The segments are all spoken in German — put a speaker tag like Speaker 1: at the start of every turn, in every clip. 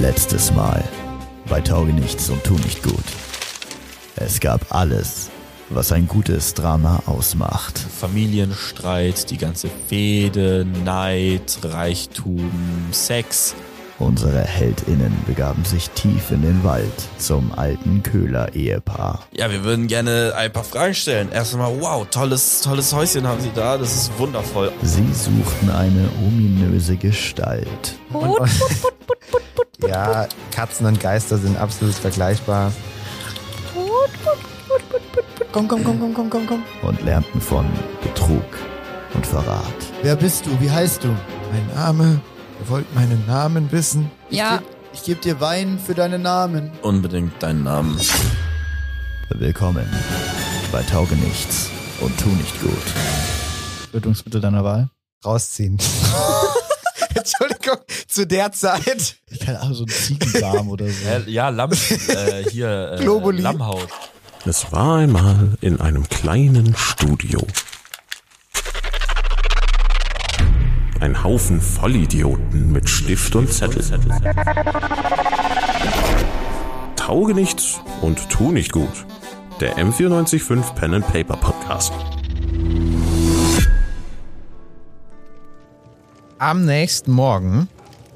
Speaker 1: Letztes Mal bei Tauge nichts und tu nicht gut. Es gab alles, was ein gutes Drama ausmacht.
Speaker 2: Familienstreit, die ganze Fehde, Neid, Reichtum, Sex.
Speaker 1: Unsere Heldinnen begaben sich tief in den Wald zum alten Köhler-Ehepaar.
Speaker 2: Ja, wir würden gerne ein paar Fragen stellen. Erstmal, wow, tolles, tolles Häuschen haben Sie da, das ist wundervoll.
Speaker 1: Sie suchten eine ominöse Gestalt.
Speaker 3: Ja, Katzen und Geister sind absolut vergleichbar. Komm, komm, komm, komm, komm, komm, komm.
Speaker 1: und lernten von Betrug und Verrat.
Speaker 3: Wer bist du? Wie heißt du? Mein Name. Ihr wollt meinen Namen wissen?
Speaker 4: Ja.
Speaker 3: Ich gebe dir Wein für deinen Namen.
Speaker 2: Unbedingt deinen Namen.
Speaker 1: Willkommen bei Tauge nichts und tu nicht gut.
Speaker 5: Tötungsmittel deiner Wahl?
Speaker 3: Rausziehen. Entschuldigung, zu der Zeit.
Speaker 5: Keine Ahnung, so ein Ziegendarm oder so.
Speaker 2: Äh, ja, Lamm, äh, hier, äh,
Speaker 3: Globuli.
Speaker 2: Lammhaut.
Speaker 6: Es war einmal in einem kleinen Studio. Ein Haufen Vollidioten mit Stift und Zettel. Tauge nichts und tu nicht gut. Der M945 Pen and Paper Podcast.
Speaker 3: Am nächsten Morgen,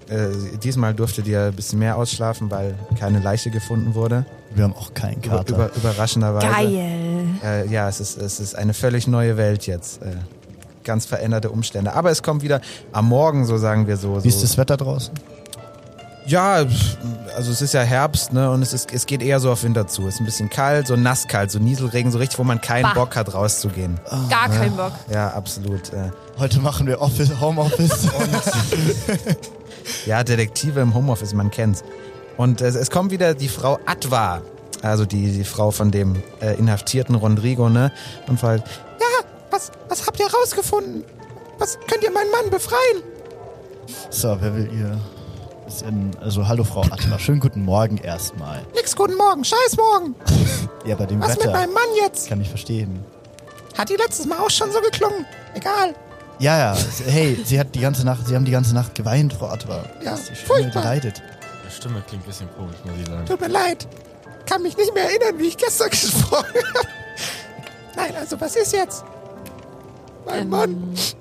Speaker 3: äh, diesmal durftet ihr ein bisschen mehr ausschlafen, weil keine Leiche gefunden wurde.
Speaker 5: Wir haben auch keinen
Speaker 3: Über,
Speaker 5: Kater.
Speaker 3: über, überraschenderweise.
Speaker 4: Geil.
Speaker 3: Äh, ja, es ist, es ist eine völlig neue Welt jetzt. Äh, ganz veränderte Umstände. Aber es kommt wieder am Morgen, so sagen wir so. so.
Speaker 5: Wie ist das Wetter draußen?
Speaker 3: Ja, also es ist ja Herbst, ne? Und es, ist, es geht eher so auf Winter zu. Es ist ein bisschen kalt, so nasskalt, so Nieselregen, so richtig, wo man keinen
Speaker 4: Bah.
Speaker 3: Bock hat, rauszugehen.
Speaker 4: Gar kein Bock.
Speaker 3: Ja, absolut. äh.
Speaker 5: Heute machen wir Office, Homeoffice.
Speaker 3: Ja, Detektive im Homeoffice, man kennt's. Und äh, es kommt wieder die Frau Atwa, also die, die Frau von dem äh, inhaftierten Rodrigo, ne? Und fragt, ja, was, was habt ihr rausgefunden? Was könnt ihr meinen Mann befreien?
Speaker 5: so, wer will ihr? Ist in, also, hallo Frau Atma. Schönen guten Morgen erstmal.
Speaker 3: Nix, guten Morgen, scheiß morgen.
Speaker 5: Ja, bei dem
Speaker 3: Was mit
Speaker 5: Wetter.
Speaker 3: meinem Mann jetzt?
Speaker 5: Kann ich verstehen.
Speaker 3: Hat die letztes Mal auch schon so geklungen. Egal.
Speaker 5: Ja, ja. Hey, sie hat die ganze Nacht, sie haben die ganze Nacht geweint, Frau Atma.
Speaker 3: Ja,
Speaker 5: die Stimme, die
Speaker 3: furchtbar.
Speaker 5: leidet.
Speaker 2: Die Stimme klingt ein bisschen komisch, muss ich sagen.
Speaker 3: Tut mir leid. Kann mich nicht mehr erinnern, wie ich gestern gesprochen habe. Nein, also was ist jetzt? Mein Mann ist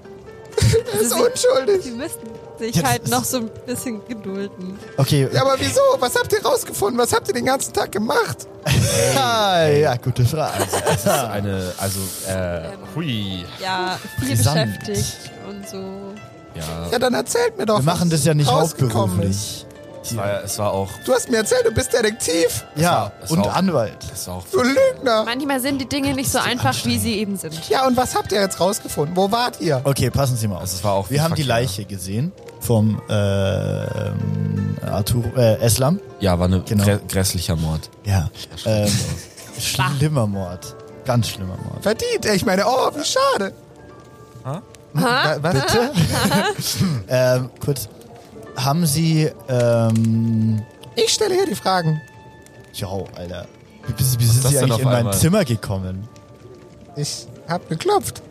Speaker 4: Sie-
Speaker 3: unschuldig.
Speaker 4: Sie müssten sich
Speaker 5: Ja, das
Speaker 4: halt
Speaker 5: ist-
Speaker 4: noch so ein bisschen gedulden.
Speaker 5: Okay.
Speaker 3: Ja, aber wieso? Was habt ihr rausgefunden? Was habt ihr den ganzen Tag gemacht?
Speaker 5: Ah, ja, gute Frage.
Speaker 2: Eine, also, äh,
Speaker 5: Ähm.
Speaker 2: hui.
Speaker 4: Ja, viel
Speaker 5: Brisant.
Speaker 4: beschäftigt und so.
Speaker 2: Ja,
Speaker 3: Ja, dann erzählt mir doch.
Speaker 5: Wir machen das ja nicht
Speaker 3: rausgekommen
Speaker 5: hauptberuflich.
Speaker 2: es war, es war auch,
Speaker 3: ist. Du hast mir erzählt, du bist Detektiv.
Speaker 5: Ja,
Speaker 2: Es war- es
Speaker 5: und
Speaker 2: war-
Speaker 5: Anwalt.
Speaker 2: es war auch,
Speaker 3: Du Lügner.
Speaker 4: Manchmal sind die Dinge nicht so einfach, wie sie eben sind.
Speaker 3: Ja, und was habt ihr jetzt rausgefunden? Wo wart ihr?
Speaker 5: Okay, passen Sie mal auf.
Speaker 2: Also es war auch
Speaker 5: Wir haben die
Speaker 2: Verkehr.
Speaker 5: Leiche gesehen vom äh, ähm, Arthur äh, Eslam.
Speaker 2: ja, war ein
Speaker 5: Genau.
Speaker 2: grä grässlicher Mord.
Speaker 5: Ja. Ähm, schlimmer Mord. Ganz schlimmer Mord.
Speaker 3: Verdient. Ich meine, oh, wie schade. Hm,
Speaker 5: Wa- was? Bitte? ähm, kurz. Haben Sie. Ähm,
Speaker 3: Ich stelle hier die Fragen.
Speaker 5: jo, Alter. Wie, wie, wie sind
Speaker 2: das
Speaker 5: Sie
Speaker 2: denn
Speaker 5: eigentlich
Speaker 2: auf
Speaker 5: in mein
Speaker 2: einmal?
Speaker 5: Zimmer gekommen?
Speaker 3: Ich hab geklopft.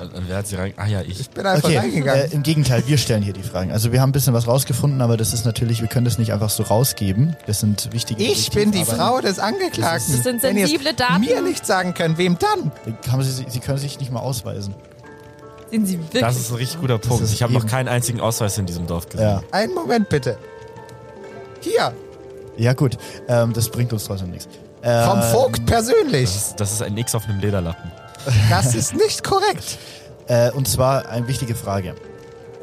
Speaker 2: Und, und wer hat sie rein? Ah ja, ich.
Speaker 3: Ich bin einfach reingegangen.
Speaker 5: Äh, Im Gegenteil, wir stellen hier die Fragen. Also wir haben ein bisschen was rausgefunden, aber das ist natürlich, wir können das nicht einfach so rausgeben. Das sind wichtige
Speaker 3: Ich bin die
Speaker 5: Detektivarbeiten.
Speaker 3: Frau des Angeklagten.
Speaker 4: Das sind
Speaker 3: Wenn ihr es
Speaker 4: sensible Daten.
Speaker 3: Mir nicht sagen können, wem dann?
Speaker 5: Haben Sie, Sie können sich nicht mal ausweisen.
Speaker 4: Sind sie wirklich.
Speaker 2: Das ist ein richtig guter Punkt.
Speaker 5: ist
Speaker 2: Ich habe noch
Speaker 5: eben-
Speaker 2: keinen einzigen Ausweis in diesem Dorf gesehen.
Speaker 5: Ja,
Speaker 3: Einen Moment bitte. Hier,
Speaker 5: ja gut. Ähm, das bringt uns trotzdem nichts. Äh,
Speaker 3: vom Vogt persönlich.
Speaker 2: Das, das ist ein X auf einem Lederlappen.
Speaker 3: Das ist nicht korrekt.
Speaker 5: Äh, und zwar eine wichtige Frage.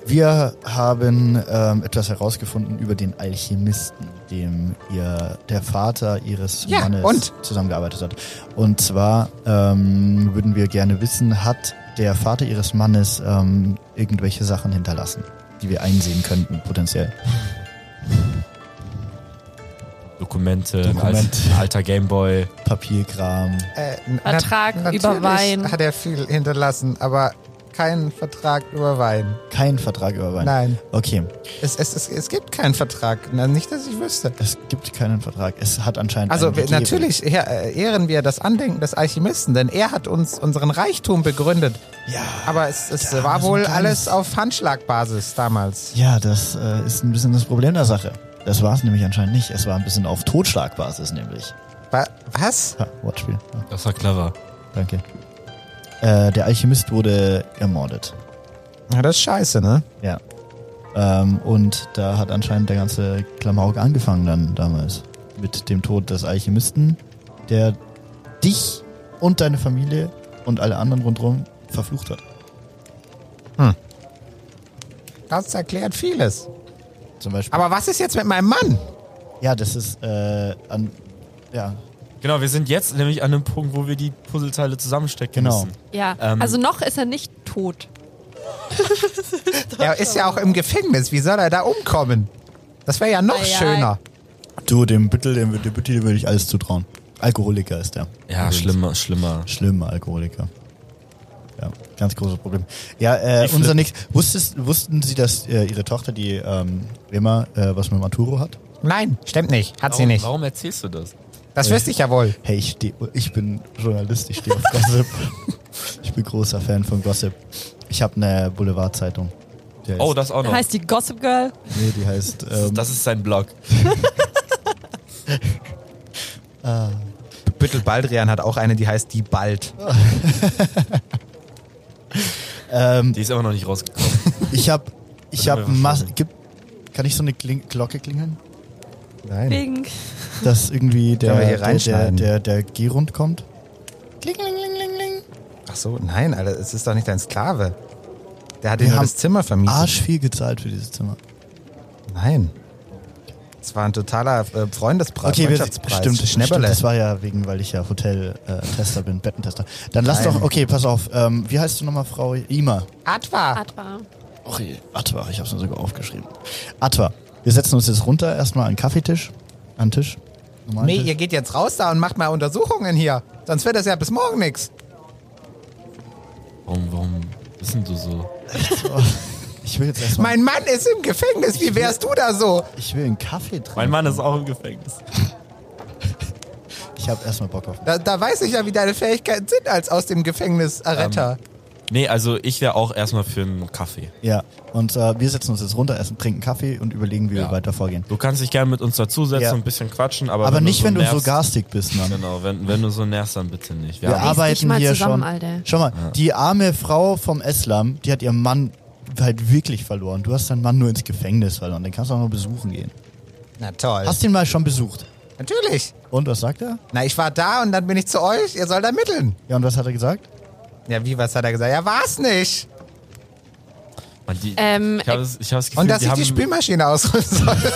Speaker 5: Wir haben ähm, etwas herausgefunden über den Alchemisten, dem ihr der Vater ihres
Speaker 3: Ja,
Speaker 5: Mannes
Speaker 3: und?
Speaker 5: zusammengearbeitet hat. Und zwar ähm, würden wir gerne wissen, hat der Vater ihres Mannes ähm, irgendwelche Sachen hinterlassen, die wir einsehen könnten, potenziell.
Speaker 2: Dokumente,
Speaker 5: Dokument.
Speaker 2: Ein, alter, alter Gameboy.
Speaker 5: Papierkram.
Speaker 3: Äh, n-
Speaker 4: Vertrag
Speaker 3: nat-
Speaker 4: über
Speaker 3: natürlich
Speaker 4: Wein.
Speaker 3: Hat er viel hinterlassen, aber keinen Vertrag über Wein.
Speaker 5: Keinen Vertrag über Wein.
Speaker 3: Nein,
Speaker 5: Okay,
Speaker 3: es, es, es, es gibt keinen Vertrag. Na, nicht, dass ich wüsste.
Speaker 5: es gibt keinen Vertrag. Es hat anscheinend.
Speaker 3: Also
Speaker 5: einen
Speaker 3: wir,
Speaker 5: gegeben.
Speaker 3: natürlich ja, äh, ehren wir das Andenken des Alchemisten, denn er hat uns unseren Reichtum begründet.
Speaker 5: Ja,
Speaker 3: Aber es, es
Speaker 5: da
Speaker 3: war
Speaker 5: haben wir so
Speaker 3: wohl
Speaker 5: ein kleines-
Speaker 3: alles auf Handschlagbasis damals.
Speaker 5: Ja, das äh, ist ein bisschen das Problem der Sache. Das war es nämlich anscheinend nicht. Es war ein bisschen auf Totschlagbasis nämlich.
Speaker 3: Wa- Was?
Speaker 5: Ha, Wortspiel. Ja,
Speaker 7: Das war clever.
Speaker 5: danke. Äh, der Alchemist wurde ermordet.
Speaker 3: Ja, das ist scheiße, ne?
Speaker 5: Ja. Ähm, und da hat anscheinend der ganze Klamauk angefangen dann damals. Mit dem Tod des Alchemisten, der dich und deine Familie und alle anderen rundherum verflucht hat.
Speaker 3: Das erklärt vieles.
Speaker 5: Zum Beispiel.
Speaker 3: Aber was ist jetzt mit meinem Mann?
Speaker 5: ja, das ist äh, an. Ja,
Speaker 2: Genau, wir sind jetzt nämlich an einem Punkt, wo wir die Puzzleteile zusammenstecken
Speaker 5: Genau.
Speaker 2: müssen.
Speaker 4: Ja,
Speaker 2: Ähm.
Speaker 4: also noch ist er nicht tot.
Speaker 3: Er ist ja auch im Gefängnis. Wie soll er da umkommen? Das wäre ja noch
Speaker 4: Ei, ei.
Speaker 3: schöner.
Speaker 5: Du, dem Büttel, dem, dem Büttel würde ich alles zutrauen. Alkoholiker ist der.
Speaker 2: Ja, schlimmer, schlimmer.
Speaker 5: Schlimmer Alkoholiker. Ja, ganz großes Problem. Ja, äh, unser Nick, wusstest, wussten Sie, dass äh, Ihre Tochter, die ähm, immer äh, was mit Maturo hat?
Speaker 3: Nein, stimmt nicht. Hat sie nicht.
Speaker 7: Warum erzählst du das?
Speaker 3: Das wüsste ich ja wohl.
Speaker 5: Hey, ich, steh, ich bin Journalist, ich stehe auf Gossip. ich bin großer Fan von Gossip. Ich habe eine Boulevardzeitung. Die heißt-
Speaker 2: Oh, das auch noch.
Speaker 4: Heißt die Gossip Girl?
Speaker 5: Nee, die heißt. Ähm,
Speaker 2: das ist sein Blog.
Speaker 3: Büttel Baldrian hat auch eine, die heißt Die Bald.
Speaker 5: ähm,
Speaker 2: Die ist immer noch nicht rausgekommen.
Speaker 5: ich habe. Ich
Speaker 2: Warte
Speaker 5: habe.
Speaker 2: mal, was
Speaker 5: Mas-
Speaker 2: machen wir?
Speaker 5: gibt- Kann ich so eine Kling Glocke klingeln?
Speaker 3: Nein.
Speaker 4: Wegen.
Speaker 5: Dass irgendwie der,
Speaker 3: Können wir hier
Speaker 5: der, der,
Speaker 3: reinschneiden?
Speaker 5: der, der G-Rund kommt?
Speaker 3: Ach so, nein, Alter, es ist doch nicht dein Sklave. Der hat dir
Speaker 5: Wir
Speaker 3: nur
Speaker 5: haben
Speaker 3: das Zimmer vermietet.
Speaker 5: Arsch viel gezahlt für dieses Zimmer.
Speaker 3: Nein. Es war ein totaler äh, Freundespreis, Freundschaftspreis.
Speaker 5: stimmt, stimmt,
Speaker 3: Schnäpperle.
Speaker 5: das war ja wegen, weil ich ja Hoteltester bin, Bettentester. Dann lass
Speaker 3: Nein.
Speaker 5: doch, okay, pass auf, ähm, wie heißt du nochmal, Frau Ima?
Speaker 3: Atwa.
Speaker 4: Adra.
Speaker 5: Och, Atwa, ich hab's mir sogar aufgeschrieben. Atwa, wir setzen uns jetzt runter, erstmal an den Kaffeetisch, an den Tisch. Normalen
Speaker 3: Nee,
Speaker 5: Tisch.
Speaker 3: ihr geht jetzt raus da und macht mal Untersuchungen hier. Sonst wird das ja bis morgen nix.
Speaker 7: Warum, warum bist denn du so?
Speaker 5: ich will jetzt erstmal,
Speaker 3: Mein Mann ist im Gefängnis, wie wärst du da so?
Speaker 5: ich will einen Kaffee trinken.
Speaker 2: Mein Mann ist auch im Gefängnis.
Speaker 5: Ich hab erstmal Bock auf
Speaker 3: Da, da weiß ich ja, wie deine Fähigkeiten sind als aus dem Gefängnis Erretter.
Speaker 2: Nee, also ich wäre auch erstmal für einen Kaffee.
Speaker 5: Ja, und äh, wir setzen uns jetzt runter, essen, trinken Kaffee und überlegen, wie wir
Speaker 2: Ja.
Speaker 5: weiter vorgehen.
Speaker 2: Du kannst dich gerne mit uns dazusetzen
Speaker 5: Ja.
Speaker 2: und ein bisschen quatschen, aber.
Speaker 5: Aber nicht, wenn du so
Speaker 2: nervst-
Speaker 5: garstig bist, Mann.
Speaker 2: Genau, wenn, wenn du so nervst, dann bitte nicht. Wir
Speaker 5: Wir
Speaker 2: haben,
Speaker 4: Reiß dich
Speaker 5: arbeiten
Speaker 4: mal
Speaker 5: hier
Speaker 4: zusammen,
Speaker 5: schon.
Speaker 4: Alter.
Speaker 5: Schau mal, die arme Frau vom Eslam, die hat ihren Mann halt wirklich verloren. Du hast deinen Mann nur ins Gefängnis verloren. Den kannst du auch noch besuchen gehen.
Speaker 3: Na toll.
Speaker 5: Hast ihn mal schon besucht.
Speaker 3: Natürlich.
Speaker 5: Und was sagt er?
Speaker 3: Na, ich war da und dann bin ich zu euch. Ihr sollt ermitteln.
Speaker 5: Ja, und was hat er gesagt?
Speaker 3: Ja, wie, was hat er gesagt? Ja, war's nicht.
Speaker 2: Mann, die,
Speaker 4: Ähm,
Speaker 2: ich habe das, ich hab das Gefühl,
Speaker 3: Und dass
Speaker 2: die
Speaker 3: ich
Speaker 2: haben,
Speaker 3: die Spülmaschine ausräumen soll.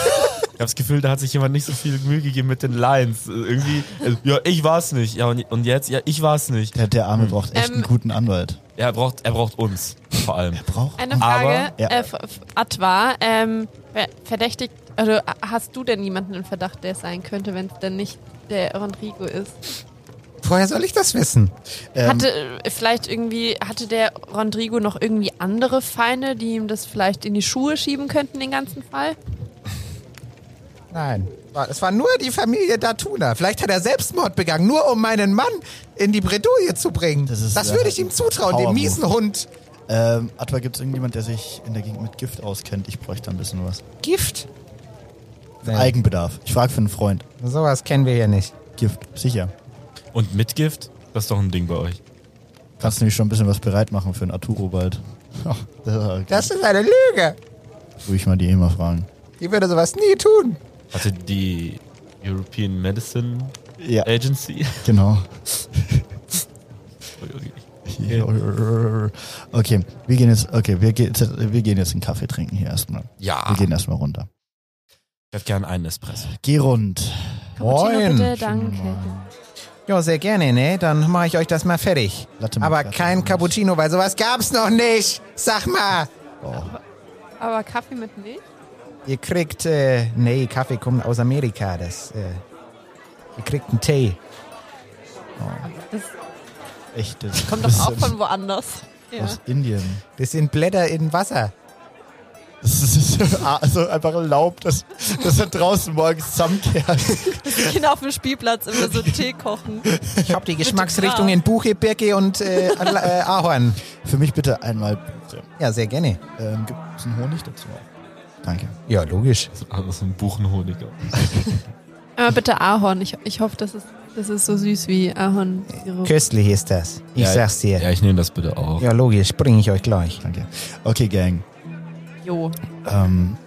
Speaker 2: Ich habe das Gefühl, da hat sich jemand nicht so viel Mühe gegeben mit den Lines. Äh, Irgendwie, äh, ja, ich war's nicht. Ja, und, und jetzt, ja, ich war's nicht.
Speaker 5: Der, der Arme braucht echt
Speaker 4: Ähm.
Speaker 5: einen guten Anwalt.
Speaker 2: Er braucht, er braucht uns, vor allem.
Speaker 5: Braucht.
Speaker 4: Eine Frage,
Speaker 5: Ja.
Speaker 4: äh, f- f- Adwa. Ähm, ver- verdächtig, also äh, hast du denn jemanden im Verdacht, der es sein könnte, wenn es denn nicht der Rodrigo ist?
Speaker 3: Woher soll ich das wissen?
Speaker 5: Ähm,
Speaker 4: Hatte äh, vielleicht irgendwie, hatte der Rodrigo noch irgendwie andere Feinde, die ihm das vielleicht in die Schuhe schieben könnten, den ganzen Fall?
Speaker 3: Nein. War- Es war nur die Familie Datuna. Vielleicht hat er Selbstmord begangen, nur um meinen Mann in die Bredouille zu bringen.
Speaker 5: Das
Speaker 3: Das,
Speaker 5: ist, äh,
Speaker 3: würde ich ihm zutrauen,
Speaker 5: Power
Speaker 3: dem
Speaker 5: Move.
Speaker 3: miesen Hund.
Speaker 5: ähm, Atwa, gibt es irgendjemand, der sich in der Gegend mit Gift auskennt? Ich bräuchte ein bisschen was.
Speaker 3: Gift?
Speaker 5: Eigenbedarf. Ich frage für einen Freund.
Speaker 3: Sowas kennen wir hier nicht.
Speaker 5: Gift, sicher.
Speaker 2: Und Mitgift? Das ist doch ein Ding bei euch.
Speaker 5: Kannst nämlich schon ein bisschen was bereit machen für einen Arturo bald. Da
Speaker 3: Das ist eine Lüge.
Speaker 5: ruhig mal die Ema fragen.
Speaker 3: Die würde sowas nie tun.
Speaker 2: Hatte die European Medicine
Speaker 5: Ja,
Speaker 2: Agency?
Speaker 5: genau. Okay, wir gehen jetzt, okay, wir, ge wir gehen jetzt einen Kaffee trinken hier erstmal.
Speaker 2: Ja.
Speaker 5: Wir
Speaker 2: Ich
Speaker 5: gehen erstmal runter.
Speaker 2: hätte gern einen Espresso.
Speaker 5: Geh rund.
Speaker 4: Cappuccino
Speaker 3: Moin.
Speaker 4: bitte, danke.
Speaker 3: Ja, sehr gerne, ne? Dann mache ich euch das mal fertig.
Speaker 5: Latte
Speaker 3: Aber
Speaker 5: Macchiato.
Speaker 3: kein Cappuccino, weil sowas gab's noch nicht. Sag mal.
Speaker 4: Aber Kaffee mit Milch?
Speaker 3: Ihr kriegt, äh, nee, Kaffee kommt aus Amerika. Das, äh, ihr kriegt einen Tee.
Speaker 4: Das
Speaker 5: Echt,
Speaker 4: kommt doch auch von woanders. Ja.
Speaker 5: aus Indien.
Speaker 3: Das sind Blätter in Wasser.
Speaker 5: Das ist also einfach Laub, das, das da draußen morgens zusammenkehrt.
Speaker 4: Kinder auf dem Spielplatz immer so Tee kochen.
Speaker 3: Ich habe die Geschmacksrichtung in Buche, Birke und äh, Adla- äh, Ahorn.
Speaker 5: Für mich bitte einmal Buche.
Speaker 3: Ja, sehr gerne.
Speaker 5: Ähm, Gibt es einen Honig dazu? Danke.
Speaker 3: Ja, logisch.
Speaker 2: also
Speaker 7: Aber so ein Buchenhonig.
Speaker 4: Aber bitte Ahorn. Ich, ich hoffe, das ist, das ist so süß wie Ahornsirup.
Speaker 3: Köstlich ist das. Ich
Speaker 7: Ja,
Speaker 3: sag's dir.
Speaker 7: Ja, ich nehme das bitte auch.
Speaker 3: Ja, logisch. Bring ich euch gleich.
Speaker 5: Danke. Okay, Gang.
Speaker 4: Jo.
Speaker 5: Ähm,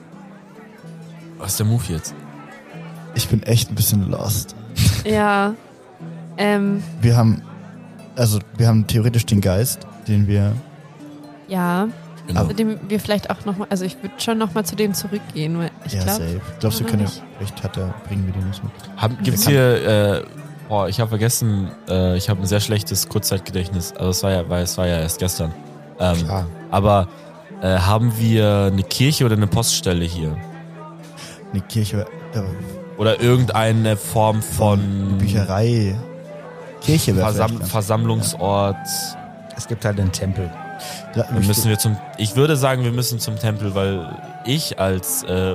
Speaker 7: Was ist der Move jetzt?
Speaker 5: ich bin echt ein bisschen lost.
Speaker 4: Ja. Ähm,
Speaker 5: Wir haben, also wir haben theoretisch den Geist, den wir.
Speaker 4: ja.
Speaker 7: Genau.
Speaker 4: Außerdem wir vielleicht auch nochmal, also ich würde schon nochmal zu dem zurückgehen, weil ich
Speaker 5: ja,
Speaker 4: glaube,
Speaker 5: safe. Glaubst du,
Speaker 4: oder
Speaker 5: können
Speaker 4: nicht?
Speaker 5: wir, vielleicht hat er, bringen wir den uns mit.
Speaker 7: Haben, gibt's hier, äh, boah, ich habe vergessen, äh, ich habe ein sehr schlechtes Kurzzeitgedächtnis. Also es war ja, weil es war ja erst gestern. Ähm,
Speaker 3: Klar.
Speaker 7: aber äh, haben wir eine Kirche oder eine Poststelle hier?
Speaker 5: Eine Kirche, äh,
Speaker 7: Oder irgendeine Form
Speaker 5: eine
Speaker 7: von
Speaker 5: Bücherei, Kirche wäre
Speaker 7: Versam
Speaker 5: vielleicht ganz-
Speaker 7: Versammlungsort?
Speaker 3: Es gibt halt einen Tempel.
Speaker 5: Ja,
Speaker 7: Dann müssen wir zum. Ich würde sagen, wir müssen zum Tempel, weil ich als äh,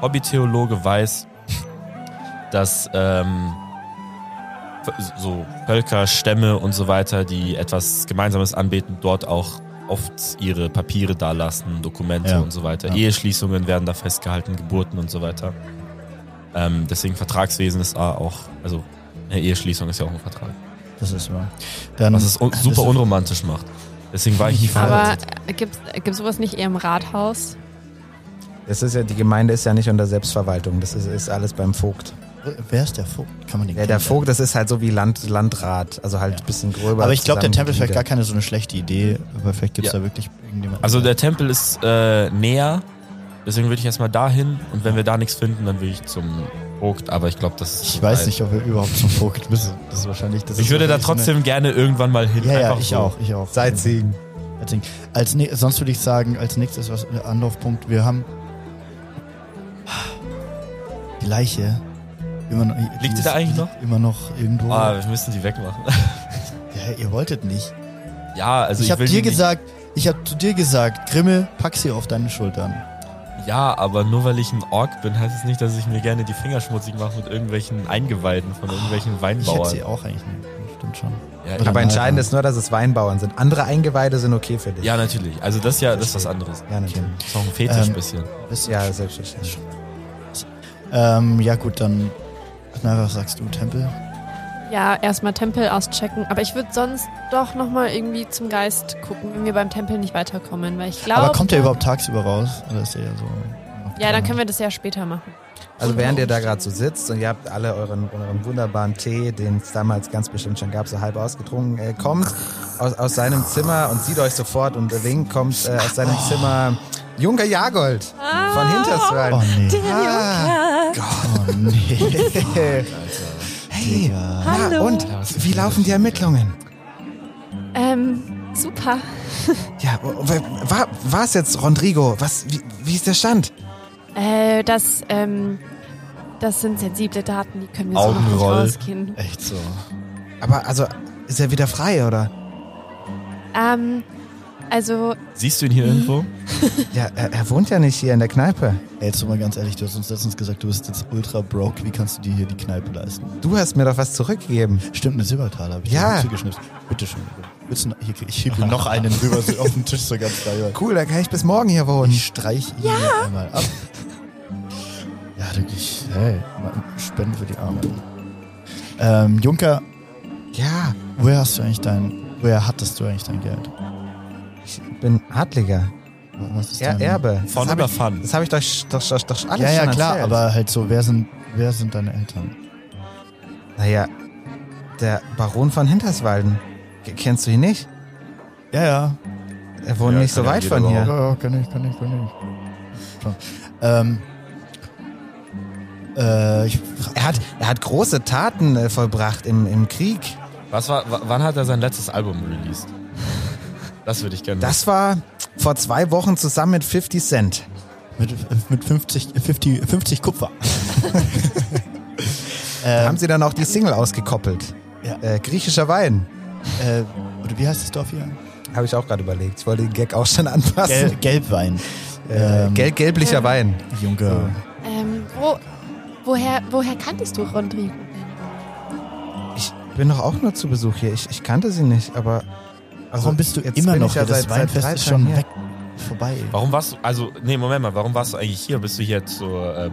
Speaker 7: Hobbytheologe weiß, dass ähm, so Völker, Stämme und so weiter, die etwas Gemeinsames anbeten, dort auch oft ihre Papiere dalassen, Dokumente
Speaker 5: Ja.
Speaker 7: und so weiter.
Speaker 5: Ja.
Speaker 7: Eheschließungen werden da festgehalten, Geburten und so weiter. Ähm, deswegen Vertragswesen ist ah, auch, also eine Eheschließung ist ja auch ein Vertrag.
Speaker 5: das ist wahr. Dann, Ah,
Speaker 7: Was es un
Speaker 5: das
Speaker 7: super unromantisch macht. Deswegen war ich nie
Speaker 4: aber
Speaker 7: verheiratet.
Speaker 4: äh, gibt's, äh, gibt's sowas nicht eher im Rathaus?
Speaker 3: Das ist ja, die Gemeinde ist ja nicht unter Selbstverwaltung. Das ist, ist alles beim Vogt.
Speaker 5: Wer ist der Vogt? Kann man den
Speaker 3: Ja, der
Speaker 5: kennenlernen?
Speaker 3: Vogt, das ist halt so wie Land, Landrat. Also halt ein bisschen gröber.
Speaker 5: Aber ich glaube, der Tempel ist vielleicht gar
Speaker 3: zusammengegliedert.
Speaker 5: keine so eine schlechte Idee, weil vielleicht gibt es
Speaker 7: Ja.
Speaker 5: da wirklich irgendjemanden.
Speaker 7: Also der Tempel ist äh, näher, deswegen würde ich erstmal dahin und wenn wir da nichts finden, dann würde ich zum Vogt, aber ich glaube, das ist
Speaker 5: ich weiß nicht, ob wir überhaupt zum Vogt müssen. Das ist wahrscheinlich. Das
Speaker 7: Ich
Speaker 5: ist
Speaker 7: würde da
Speaker 5: wahrscheinlich so
Speaker 7: trotzdem gerne irgendwann mal hin.
Speaker 5: Eine, ja, ja,
Speaker 7: einfach
Speaker 5: ich
Speaker 7: so.
Speaker 5: auch, ich auch.
Speaker 3: Sightseeing.
Speaker 5: Deswegen, Als nä- sonst würde ich sagen, als nächstes was der Anlaufpunkt. Wir haben die Leiche immer noch. äh,
Speaker 7: die
Speaker 5: ist-
Speaker 7: da eigentlich
Speaker 5: liegt Immer noch irgendwo.
Speaker 7: Ah, wir müssen die wegmachen.
Speaker 5: Ja, ihr wolltet nicht.
Speaker 7: ja, also ich,
Speaker 5: ich habe
Speaker 7: will
Speaker 5: dir
Speaker 7: die
Speaker 5: gesagt, ich habe zu dir gesagt, Grimme, pack sie auf deine Schultern.
Speaker 7: Nicht, ja, aber nur weil ich ein Ork bin, heißt es nicht, dass ich mir gerne die Finger schmutzig mache mit irgendwelchen Eingeweiden von irgendwelchen
Speaker 5: Ich hätte
Speaker 7: Weinbauern.
Speaker 5: sie auch eigentlich. nehmen können, Stimmt schon.
Speaker 7: Ja,
Speaker 5: keine-
Speaker 3: Aber entscheidend ist nur, dass es Weinbauern sind. Andere Eingeweide sind okay für dich.
Speaker 7: ja, natürlich. Also das ist ja das ist was anderes.
Speaker 3: Ja, natürlich.
Speaker 7: Das ist auch ein Fetisch
Speaker 5: Ähm,
Speaker 7: bisschen.
Speaker 5: Bist du
Speaker 3: Ja, selbstverständlich.
Speaker 5: Ähm, ja gut, dann na, was sagst du, Tempel?
Speaker 4: Ja, erstmal Tempel auschecken. Aber ich würde sonst doch nochmal irgendwie zum Geist gucken, wenn wir beim Tempel nicht weiterkommen, weil ich glaube.
Speaker 5: Aber kommt der überhaupt tagsüber raus? Oder ist der ja so?
Speaker 4: Ja, dann können wir das ja später machen.
Speaker 3: Also während ihr da gerade so sitzt und ihr habt alle euren, euren wunderbaren Tee, den es damals ganz bestimmt schon gab, so halb ausgetrunken, äh, kommt aus, aus seinem Zimmer und sieht euch sofort und winkt, kommt äh, aus seinem Zimmer Junker Jagold von Hinterswald.
Speaker 5: Oh nee.
Speaker 3: Ah,
Speaker 5: Oh nee.
Speaker 3: hey, na,
Speaker 4: Hallo.
Speaker 3: und wie laufen die Ermittlungen?
Speaker 4: Ähm, super.
Speaker 3: Ja, war, war es jetzt Rodrigo? Was, wie, wie ist der Stand?
Speaker 4: Äh, das, ähm, das sind sensible Daten, die können wir so noch nicht
Speaker 7: Augenroll.
Speaker 4: rausgehen.
Speaker 5: Echt so.
Speaker 3: Aber also, ist er wieder frei, oder?
Speaker 4: Ähm, also,
Speaker 7: Siehst du ihn hier irgendwo?
Speaker 3: Ja, er, er wohnt ja nicht hier in der Kneipe.
Speaker 5: Ey, jetzt mal ganz ehrlich, du hast uns letztens gesagt, du bist jetzt ultra broke. Wie kannst du dir hier die Kneipe leisten?
Speaker 3: Du hast mir doch was zurückgegeben.
Speaker 5: Stimmt, eine Silbertaler habe ich
Speaker 3: Ja.
Speaker 5: dir zugeschnipst. Bitte schön. Willst du noch, hier, krieg- ich schiebe noch einen rüber so auf den Tisch so ganz frei.
Speaker 3: Cool, dann kann ich bis morgen hier wohnen.
Speaker 5: Ich streich ihn ja. einmal ab. Ja, wirklich. Hey, mal spenden für die Armen. Ähm, Junker,
Speaker 3: Ja,
Speaker 5: woher hast du eigentlich dein, woher hattest du eigentlich dein Geld?
Speaker 3: ich bin Adliger.
Speaker 5: Was ist
Speaker 3: Er
Speaker 5: dein-
Speaker 3: Erbe.
Speaker 7: Von
Speaker 3: das
Speaker 7: oder
Speaker 3: habe ich,
Speaker 7: Fun?
Speaker 3: das hab ich doch, doch, doch, doch alles
Speaker 5: ja, ja,
Speaker 3: schon
Speaker 5: klar,
Speaker 3: erzählt.
Speaker 5: aber halt so, wer sind, wer sind deine Eltern?
Speaker 3: Naja, der Baron von Hinterswalden. K- Kennst du ihn nicht?
Speaker 5: Ja, ja.
Speaker 3: Er wohnt
Speaker 7: Ja,
Speaker 3: nicht so
Speaker 7: kann ja
Speaker 3: weit
Speaker 7: jeder
Speaker 3: von
Speaker 5: Ja,
Speaker 3: hier.
Speaker 5: ja, kann ich, kann ich, kann ich. Schon. Ähm, äh, ich fra-
Speaker 3: Er hat, er hat große Taten äh, vollbracht im, im Krieg.
Speaker 7: Was war, wa- wann hat er sein letztes Album released? Das würde ich gerne.
Speaker 3: Das war vor zwei Wochen zusammen mit 50 Cent.
Speaker 5: mit, mit 50, 50, 50 Kupfer.
Speaker 3: Da haben sie dann auch die Single ausgekoppelt.
Speaker 5: Ja.
Speaker 3: Äh, griechischer Wein.
Speaker 5: Äh, oder wie heißt das Dorf hier?
Speaker 3: Habe ich auch gerade überlegt. Ich wollte den Gag auch schon anpassen.
Speaker 5: Gel Gelbwein.
Speaker 3: äh,
Speaker 5: ähm,
Speaker 3: gel gelblicher
Speaker 4: Ja.
Speaker 3: Wein.
Speaker 5: Junge.
Speaker 4: Ähm, wo, woher, woher kanntest du Rodrigo?
Speaker 3: Ich bin doch auch nur zu Besuch hier. Ich, ich kannte sie nicht, aber. Also
Speaker 5: Warum bist du
Speaker 3: jetzt
Speaker 5: immer
Speaker 3: bin
Speaker 5: noch
Speaker 3: ich
Speaker 5: hier? Das Weinfest
Speaker 3: drei
Speaker 5: ist
Speaker 3: Tagen
Speaker 5: schon
Speaker 3: hier.
Speaker 5: weg. Vorbei.
Speaker 7: Warum warst du, also, nee, Moment mal, warum warst du eigentlich hier? Bist du hier zur, ähm,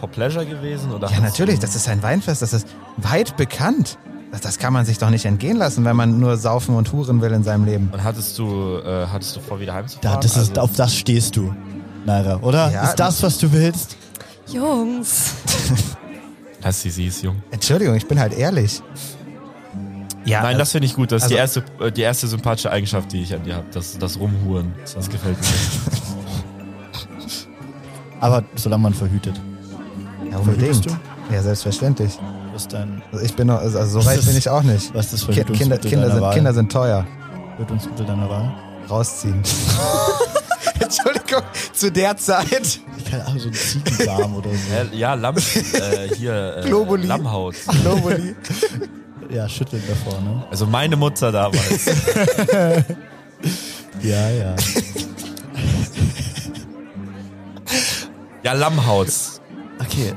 Speaker 7: for pleasure gewesen? Oder
Speaker 3: Ja,
Speaker 7: hast
Speaker 3: natürlich,
Speaker 7: Du,
Speaker 3: das ist ein Weinfest, das ist weit bekannt. Das, das kann man sich doch nicht entgehen lassen, wenn man nur saufen und huren will in seinem Leben.
Speaker 7: und hattest du, äh, hattest du vor, wieder heimzufahren?
Speaker 5: Da, das ist,
Speaker 7: also,
Speaker 5: auf das stehst du, Naira, oder?
Speaker 3: Ja.
Speaker 5: ist das, was du willst?
Speaker 4: Jungs.
Speaker 7: Lass sie, sie ist jung.
Speaker 3: Entschuldigung, ich bin halt ehrlich. Ja, äh,
Speaker 7: Nein, das finde ich gut. Das ist
Speaker 3: also-
Speaker 7: die erste, äh, die erste sympathische Eigenschaft, die ich an dir habe. Das, das Rumhuren. Das gefällt mir.
Speaker 5: Aber solange man verhütet.
Speaker 3: ja, unbedingt.
Speaker 5: Verhütest
Speaker 3: Ja, selbstverständlich.
Speaker 5: Das ist dein,
Speaker 3: Also ich bin noch, also so weit
Speaker 5: Das ist-
Speaker 3: bin ich auch nicht.
Speaker 5: was ist das
Speaker 3: Ki- Kinder,
Speaker 5: Verhütungsmittel
Speaker 3: Kinder,
Speaker 5: deiner
Speaker 3: sind,
Speaker 5: Wahl?
Speaker 3: Kinder sind teuer.
Speaker 5: Verhütungsmittel deiner Wahl?
Speaker 3: Rausziehen. Entschuldigung, zu der Zeit.
Speaker 5: Ich kann auch so einen Ziegendarm oder so.
Speaker 7: Äh, ja, Lamm, äh, hier, äh,
Speaker 3: Globuli.
Speaker 7: Lammhaut.
Speaker 3: Globally.
Speaker 5: Ja, schütteln davor, ne?
Speaker 7: Also meine Mutter damals.
Speaker 5: Ja, ja.
Speaker 7: ja, Lammhaut.
Speaker 5: Okay.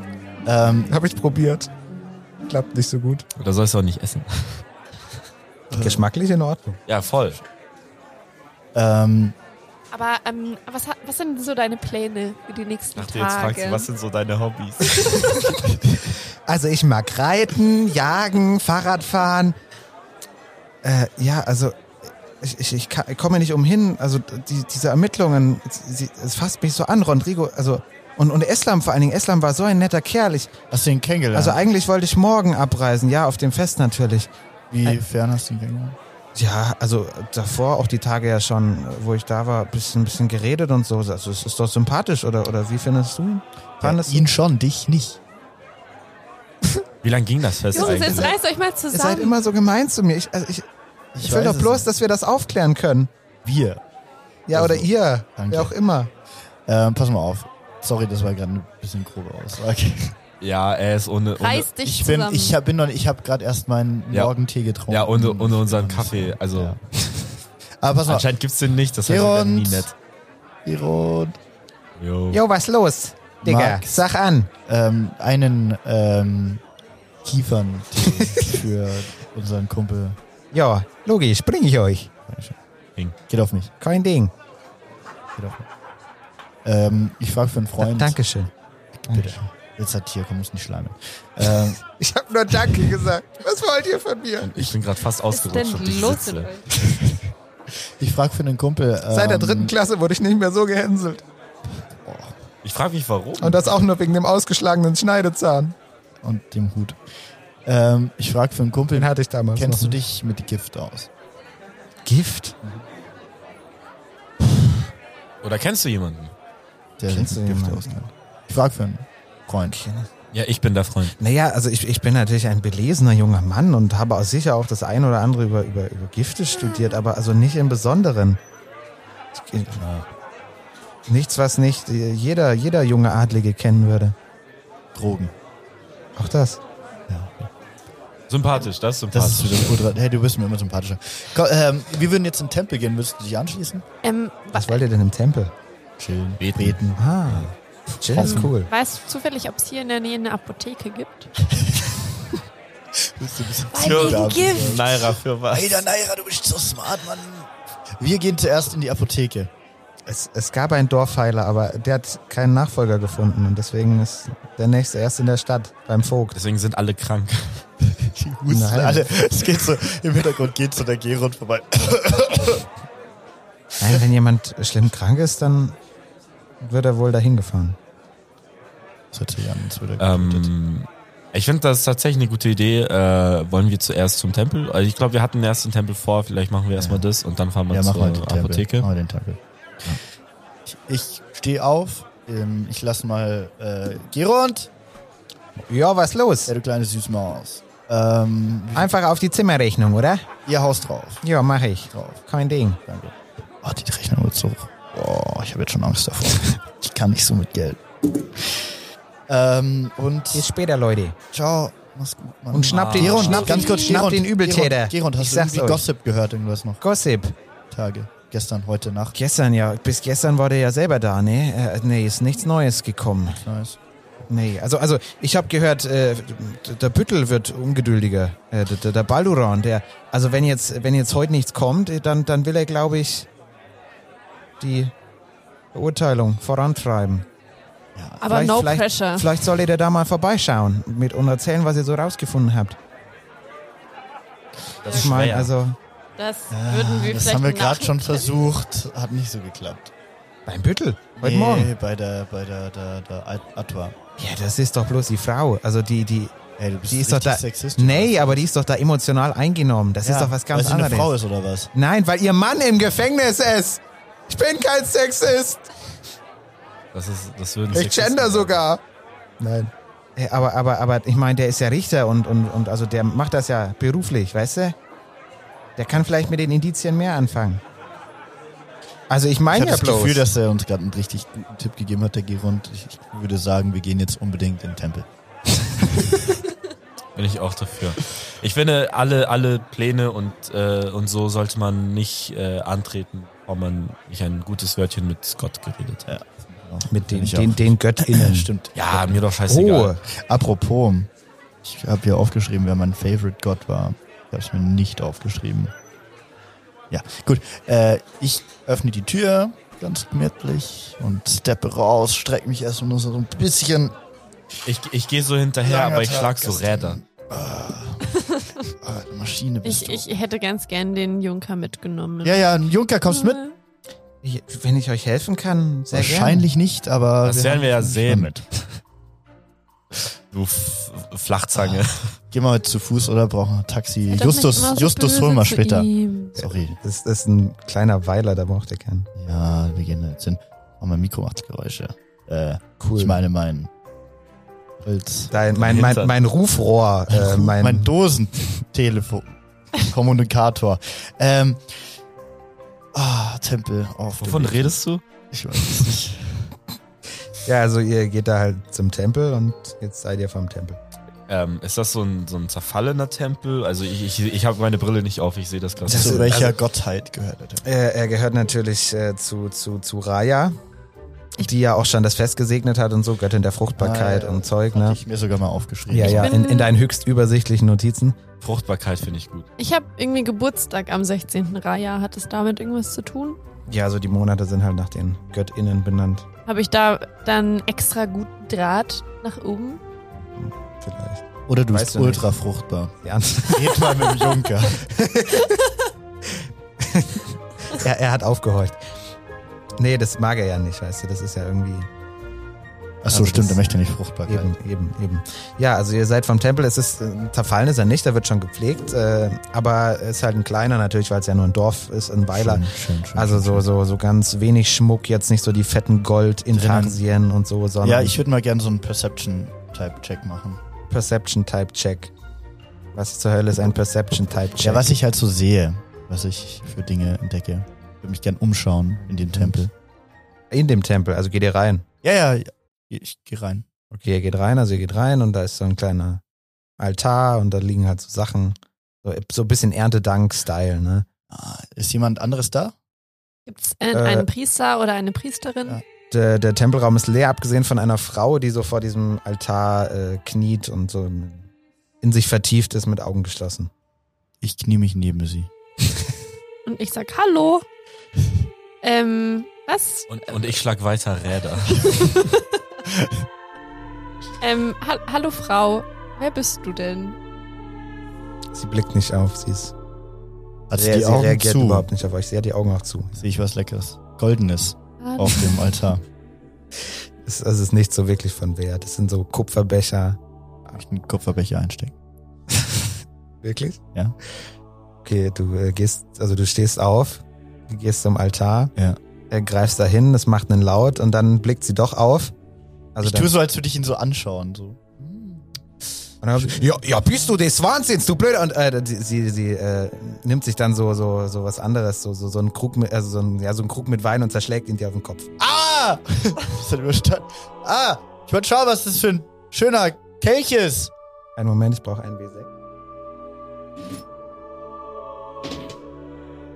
Speaker 5: Ähm,
Speaker 3: Habe ich probiert. Klappt nicht so gut.
Speaker 7: Da sollst du auch nicht essen.
Speaker 3: Geschmacklich in Ordnung.
Speaker 7: Ja, voll.
Speaker 5: ähm,
Speaker 4: Aber ähm, was, ha- was sind so deine Pläne für die nächsten
Speaker 7: Dachte, jetzt fragst
Speaker 4: Tage?
Speaker 7: du, was sind so deine Hobbys?
Speaker 3: Also ich mag Reiten, Jagen, Fahrradfahren. Äh, ja, also ich, ich, ich, ka- ich komme nicht umhin. Also die, diese Ermittlungen, sie, es fasst mich so an, Rodrigo. Also und, und Eslam vor allen Dingen. Eslam war so ein netter Kerl. Ich,
Speaker 5: hast du ihn kennengelernt?
Speaker 3: Also eigentlich wollte ich morgen abreisen. Ja, auf dem Fest natürlich.
Speaker 5: Wie fern hast du ihn kennengelernt?
Speaker 3: Ja, also davor auch die Tage ja schon, wo ich da war, bisschen, bisschen geredet und so. Also es ist doch sympathisch, oder, oder wie findest du ihn? Fandest du
Speaker 5: ihn schon, dich nicht.
Speaker 7: Wie lange ging das Fest
Speaker 4: Jungs, jetzt
Speaker 7: eigentlich?
Speaker 4: reißt euch mal
Speaker 3: Ihr seid
Speaker 4: zusammen.
Speaker 3: immer so gemein zu mir. Ich, also ich, ich, will
Speaker 5: weiß
Speaker 3: doch
Speaker 5: es
Speaker 3: bloß,
Speaker 5: nicht.
Speaker 3: dass wir das aufklären können.
Speaker 5: wir.
Speaker 3: Ja,
Speaker 5: Also,
Speaker 3: oder ihr.
Speaker 5: danke.
Speaker 3: Wer auch immer.
Speaker 5: Ähm, pass mal auf. Sorry, das war gerade ein bisschen grobe Aussage.
Speaker 7: Ja, er ist ohne, ohne
Speaker 4: Reiß dich
Speaker 5: Ich bin,
Speaker 4: zusammen.
Speaker 5: ich hab, bin noch, ich habe gerade erst meinen
Speaker 7: Ja.
Speaker 5: Morgentee getrunken. Mhm.
Speaker 7: Ja, ohne, ohne unseren Kaffee. Also
Speaker 5: Ja. Aber pass mal,
Speaker 7: anscheinend gibt's den nicht, das heißt, wir werden nie
Speaker 5: Gerund.
Speaker 7: nett.
Speaker 5: Iron,
Speaker 7: Jo.
Speaker 3: Jo, was los? Digga,
Speaker 5: Max.
Speaker 3: sag an.
Speaker 5: ähm, einen ähm, Kieferntee für unseren Kumpel.
Speaker 3: Ja, logisch, bring ich euch.
Speaker 5: Geht auf mich.
Speaker 3: Kein Ding.
Speaker 5: Geht auf mich. Ähm, ich frage für einen
Speaker 3: Da,
Speaker 5: Freund.
Speaker 3: Dankeschön.
Speaker 5: Bitte. Jetzt hat hier, komm, muss nicht schleimen. Ähm,
Speaker 3: Ich hab nur Danke gesagt. Was wollt ihr von mir?
Speaker 7: Ich bin gerade fast
Speaker 4: Was ist
Speaker 7: ausgerutscht. und
Speaker 4: denn
Speaker 7: ich
Speaker 4: los mit
Speaker 7: sitze.
Speaker 4: euch?
Speaker 5: ich frage für einen Kumpel. Ähm,
Speaker 3: Seit der dritten Klasse wurde ich nicht mehr so gehänselt.
Speaker 7: Ich frage mich, warum.
Speaker 3: Und das auch nur wegen dem ausgeschlagenen Schneidezahn.
Speaker 5: Und dem Hut. Ähm, ich frage für einen Kumpel.
Speaker 3: Den hatte ich damals.
Speaker 5: Kennst du
Speaker 3: noch.
Speaker 5: dich mit Gift aus?
Speaker 3: Gift?
Speaker 7: Oder kennst du jemanden?
Speaker 5: Der
Speaker 3: Kennst
Speaker 5: sich
Speaker 3: du
Speaker 5: mit Gift
Speaker 3: jemanden?
Speaker 5: auskennt. Ich frage für einen Freund.
Speaker 7: Ja, ich bin der Freund.
Speaker 3: Naja, also ich, ich bin natürlich ein belesener junger Mann und habe auch sicher auch das ein oder andere über, über, über Gifte studiert, aber also nicht im Besonderen. Ich, nichts, was nicht äh, jeder, jeder junge Adlige kennen würde.
Speaker 5: Drogen.
Speaker 3: Auch das.
Speaker 7: Sympathisch, das ist
Speaker 5: Das
Speaker 7: sympathisch.
Speaker 5: ist wieder ultra. Hey, du bist mir immer sympathischer. Komm, ähm, wir würden jetzt in den Tempel gehen. Würdest du dich anschließen?
Speaker 4: Ähm,
Speaker 3: Was wollt ihr denn im Tempel?
Speaker 5: Chillen.
Speaker 7: Beten.
Speaker 5: Beten.
Speaker 3: Ah, Hm. Chill ist cool.
Speaker 4: weißt du zufällig, ob es hier in der Nähe eine Apotheke gibt?
Speaker 5: Bist du ein bisschen
Speaker 4: Weil wegen Gift.
Speaker 7: Naira für was?
Speaker 5: Hey, der Naira, du bist so smart, Mann. Wir gehen zuerst in die Apotheke.
Speaker 3: Es, es gab einen Dorfheiler, aber der hat keinen Nachfolger gefunden und deswegen ist der nächste erst in der Stadt beim Vogt.
Speaker 7: Deswegen sind alle krank.
Speaker 5: Die husten
Speaker 3: Nein.
Speaker 5: alle. Es geht so, im Hintergrund geht so der Gerund vorbei.
Speaker 3: Nein, wenn jemand schlimm krank ist, dann wird er wohl dahin gefahren.
Speaker 5: Das hätte Jan uns wieder getötet.
Speaker 7: Ähm, ich finde das ist tatsächlich eine gute Idee. Äh, wollen wir zuerst zum Tempel? Also ich glaube, wir hatten erst den Tempel vor. Vielleicht machen wir erstmal das und dann fahren wir
Speaker 5: Ja, mach
Speaker 7: zur
Speaker 5: mal den Tempel.
Speaker 7: Apotheke.
Speaker 5: Mach mal den Tempel. Ich, ich stehe auf. Ähm, ich lass mal äh, Gerund.
Speaker 3: Ja, was los?
Speaker 5: Ja, du kleine Süßmaus. Ähm,
Speaker 3: Einfach auf die Zimmerrechnung, oder?
Speaker 5: ihr Haus drauf.
Speaker 3: Ja, mache ich. Oh,
Speaker 5: Drauf.
Speaker 3: Kein Ding.
Speaker 5: Danke. Oh, die Rechnung wird so hoch. Oh, ich habe jetzt schon Angst davor. ich kann nicht so mit Geld. Ähm, und
Speaker 3: Bis später, Leute.
Speaker 5: ciao. Mach's gut, Mann.
Speaker 3: Und schnappt den,
Speaker 5: Gerund,
Speaker 3: schnappt
Speaker 5: ganz kurz,
Speaker 3: schnappt
Speaker 5: Gerund,
Speaker 3: den Übeltäter.
Speaker 5: Gerund, Gerund hast
Speaker 3: ich
Speaker 5: du
Speaker 3: sag's
Speaker 5: irgendwie
Speaker 3: euch.
Speaker 5: Gossip gehört, irgendwas noch?
Speaker 3: Gossip.
Speaker 5: Tage. Gestern, heute Nacht.
Speaker 3: Gestern ja, bis gestern war der ja selber da, ne? Äh, nee, ist nichts Neues gekommen.
Speaker 5: Nice.
Speaker 3: Nee, also, also ich habe gehört, äh, d- der Büttel wird ungeduldiger, äh, d- d- der Baluran, der, also wenn jetzt, wenn jetzt heute nichts kommt, äh, dann, dann will er, glaube ich, die Verurteilung vorantreiben.
Speaker 4: Aber
Speaker 3: Vielleicht-
Speaker 4: no
Speaker 3: vielleicht-
Speaker 4: pressure.
Speaker 3: Vielleicht solltet ihr da mal vorbeischauen mit und erzählen, was ihr so rausgefunden habt.
Speaker 7: Das
Speaker 3: Ich meine, also
Speaker 4: Das würden wir
Speaker 5: Ah, Das
Speaker 4: vielleicht
Speaker 5: haben wir
Speaker 4: nach-
Speaker 5: gerade schon versucht, hat nicht so geklappt.
Speaker 3: beim Büttel, heute
Speaker 5: Nee,
Speaker 3: Morgen.
Speaker 5: Bei der, bei der, der, der Ad- Adwa.
Speaker 3: Ja, das ist doch bloß die Frau, also die, die,
Speaker 5: Ey, du bist
Speaker 3: Die ist doch
Speaker 5: richtig
Speaker 3: da-
Speaker 5: sexistisch.
Speaker 3: nee, aber die ist doch da emotional eingenommen. Das
Speaker 5: Ja,
Speaker 3: ist doch was ganz
Speaker 5: weil sie
Speaker 3: anderes.
Speaker 5: eine Frau ist oder was?
Speaker 3: Nein, weil ihr Mann im Gefängnis ist. Ich bin kein Sexist.
Speaker 7: Das, ist, das würden
Speaker 3: Ich
Speaker 7: Sexisten
Speaker 3: gender
Speaker 7: sagen.
Speaker 3: sogar. Nein. Aber, aber, aber ich meine, der ist ja Richter und, und, und also der macht das ja beruflich, weißt du? Der kann vielleicht mit den Indizien mehr anfangen. Also ich
Speaker 5: Ich
Speaker 3: meine
Speaker 5: habe
Speaker 3: ja
Speaker 5: das
Speaker 3: bloß.
Speaker 5: Gefühl, dass er uns gerade einen richtig guten Tipp gegeben hat, der Gerund. Ich ich würde sagen, wir gehen jetzt unbedingt in den Tempel.
Speaker 7: Bin ich auch dafür. Ich finde, alle, alle Pläne und, äh, und so sollte man nicht äh, antreten, ob man nicht ein gutes Wörtchen mit Gott geredet hat.
Speaker 5: Genau.
Speaker 3: mit den,
Speaker 5: Ich auch.
Speaker 3: den, den GöttInnen.
Speaker 5: Stimmt.
Speaker 7: Ja, mir doch scheißegal.
Speaker 3: Oh,
Speaker 5: Apropos, ich habe hier aufgeschrieben, wer mein Favorite Gott war. Ich habe es mir nicht aufgeschrieben. Ja, gut. Äh, ich öffne die Tür ganz gemütlich und steppe raus, strecke mich erstmal nur so ein bisschen.
Speaker 7: Ich, ich gehe so hinterher,
Speaker 5: Langer
Speaker 7: aber ich
Speaker 5: Tag
Speaker 7: schlag so
Speaker 5: gestern.
Speaker 7: Räder.
Speaker 5: Ah, eine Maschine bist
Speaker 4: Ich,
Speaker 5: du.
Speaker 4: ich hätte ganz gern den Junker mitgenommen.
Speaker 5: ja, ja, ein Junker, kommst du mit?
Speaker 3: ich, wenn ich euch helfen kann, sehr
Speaker 5: Wahrscheinlich nicht, aber.
Speaker 7: Das werden wir ja
Speaker 5: haben-
Speaker 7: sehen.
Speaker 5: Mit.
Speaker 7: Du F Flachzange.
Speaker 5: Gehen wir heute zu Fuß oder brauchen wir ein Taxi?
Speaker 4: Sei doch
Speaker 5: Justus,
Speaker 4: nicht immer so
Speaker 5: Justus
Speaker 4: böse
Speaker 5: holen wir
Speaker 4: zu
Speaker 5: später.
Speaker 4: ihm.
Speaker 5: Sorry.
Speaker 3: gerne. Das ist ein kleiner Weiler, da braucht ihr keinen.
Speaker 5: Ja, wir gehen jetzt hin. Oh, mein Mikro macht Geräusche. Äh,
Speaker 3: Cool.
Speaker 5: Ich meine, mein. Holz.
Speaker 3: Dein, mein, mein, mein Rufrohr, äh, mein,
Speaker 5: mein Dosentelefon. Kommunikator. Ähm. Ah, Tempel. Auf dem
Speaker 7: Wovon
Speaker 5: Weg.
Speaker 7: redest du?
Speaker 5: Ich weiß es nicht.
Speaker 3: Ja, also ihr geht da halt zum Tempel und jetzt seid ihr vom Tempel.
Speaker 7: Ähm, ist das so ein, so ein zerfallener Tempel? Also ich, ich, ich habe meine Brille nicht auf, ich sehe das gerade.
Speaker 3: Das-
Speaker 5: Zu
Speaker 3: ist-
Speaker 5: welcher
Speaker 3: also-
Speaker 5: Gottheit gehört der Tempel?
Speaker 3: Er, er gehört natürlich äh, zu, zu, zu Raya, die ja auch schon das Fest gesegnet hat und so, Göttin der Fruchtbarkeit
Speaker 5: Ah, ja.
Speaker 3: und Zeug,
Speaker 5: Hatte
Speaker 3: ne?
Speaker 5: ich mir sogar mal aufgeschrieben.
Speaker 3: Ja, ja,
Speaker 4: bin-
Speaker 3: in, in deinen höchst übersichtlichen Notizen.
Speaker 7: Fruchtbarkeit finde ich gut.
Speaker 4: Ich habe irgendwie Geburtstag am 16. Raja. Hat es damit irgendwas zu tun?
Speaker 3: Ja, also die Monate sind halt nach den GöttInnen benannt,
Speaker 4: Habe ich da dann extra guten Draht nach oben?
Speaker 3: vielleicht.
Speaker 5: Oder du
Speaker 3: Weißt
Speaker 5: bist
Speaker 3: du nicht.
Speaker 5: ultra fruchtbar.
Speaker 3: Die anderen-
Speaker 5: Red mal mit dem Junker.
Speaker 3: er, er hat aufgehorcht. Nee, das mag er ja nicht, weißt du, das ist ja irgendwie
Speaker 5: Ach
Speaker 3: Also
Speaker 5: so, stimmt,
Speaker 3: das-
Speaker 5: er möchte nicht fruchtbar sein.
Speaker 3: Eben, eben, eben. Ja, also ihr seid vom Tempel, es ist, äh, zerfallen ist er nicht, der wird schon gepflegt, äh, aber ist halt ein kleiner natürlich, weil es ja nur ein Dorf ist, ein Weiler.
Speaker 5: Schön, schön, schön,
Speaker 3: Also
Speaker 5: schön,
Speaker 3: so, so, so ganz wenig Schmuck, jetzt nicht so die fetten Gold-Intarsien und so, sondern
Speaker 5: Ja, ich würde mal gerne so einen Perception-Type-Check machen.
Speaker 3: Perception-Type-Check. Was zur Hölle ist ein Perception-Type-Check?
Speaker 5: Ja, was ich halt so sehe, was ich für Dinge entdecke. Würde mich gern umschauen in dem Tempel.
Speaker 3: In dem Tempel, also geht ihr rein.
Speaker 5: Ja, ja, ja. ich gehe rein.
Speaker 3: Okay, ihr geht rein, also ihr geht rein und da ist so ein kleiner Altar und da liegen halt so Sachen, so, so ein bisschen Erntedank-Style, ne?
Speaker 5: Ah, Ist jemand anderes da?
Speaker 4: Gibt es einen,
Speaker 3: Äh,
Speaker 4: einen Priester oder eine Priesterin?
Speaker 5: Ja.
Speaker 3: Der, der Tempelraum ist leer, abgesehen von einer Frau, die so vor diesem Altar äh, kniet und so in sich vertieft ist mit Augen geschlossen.
Speaker 5: Ich knie mich neben sie.
Speaker 4: Und ich sag Hallo. ähm, was?
Speaker 7: Und, und ich schlag weiter Räder.
Speaker 4: Ähm, ha Hallo Frau. Wer bist du denn?
Speaker 3: Sie blickt nicht auf, sie ist.
Speaker 5: Hat sie
Speaker 3: sie,
Speaker 5: die
Speaker 3: sie
Speaker 5: Augen
Speaker 3: reagiert
Speaker 5: zu?
Speaker 3: überhaupt nicht auf euch. Sie hat die Augen auch zu.
Speaker 5: Sehe ich was Leckeres. Goldenes
Speaker 4: Ah,
Speaker 5: auf dem Altar.
Speaker 3: Es, also es ist nicht so wirklich von Wert. Es sind so Kupferbecher.
Speaker 5: Hab ich einen Kupferbecher einstecken.
Speaker 3: Wirklich?
Speaker 5: Ja.
Speaker 3: Okay, du äh, gehst, also du stehst auf, du gehst zum Altar,
Speaker 5: Ja.
Speaker 3: äh, greifst dahin, das macht einen Laut und dann blickt sie doch auf. Also
Speaker 5: ich
Speaker 3: dann,
Speaker 5: tue so, als würde ich ihn so anschauen. So.
Speaker 3: Und dann, ja, ja, bist du des Wahnsinns, du blöder. Und äh, sie, sie, sie äh, nimmt sich dann so, so, so was anderes, so, so, so einen Krug mit, also so einen, ja, so einen Krug mit Wein und zerschlägt ihn dir auf den Kopf.
Speaker 5: Ah! Ist das überstanden? Ah! Ich wollte schauen, was das für ein schöner Kelch ist.
Speaker 3: Einen Moment, ich brauche einen W6.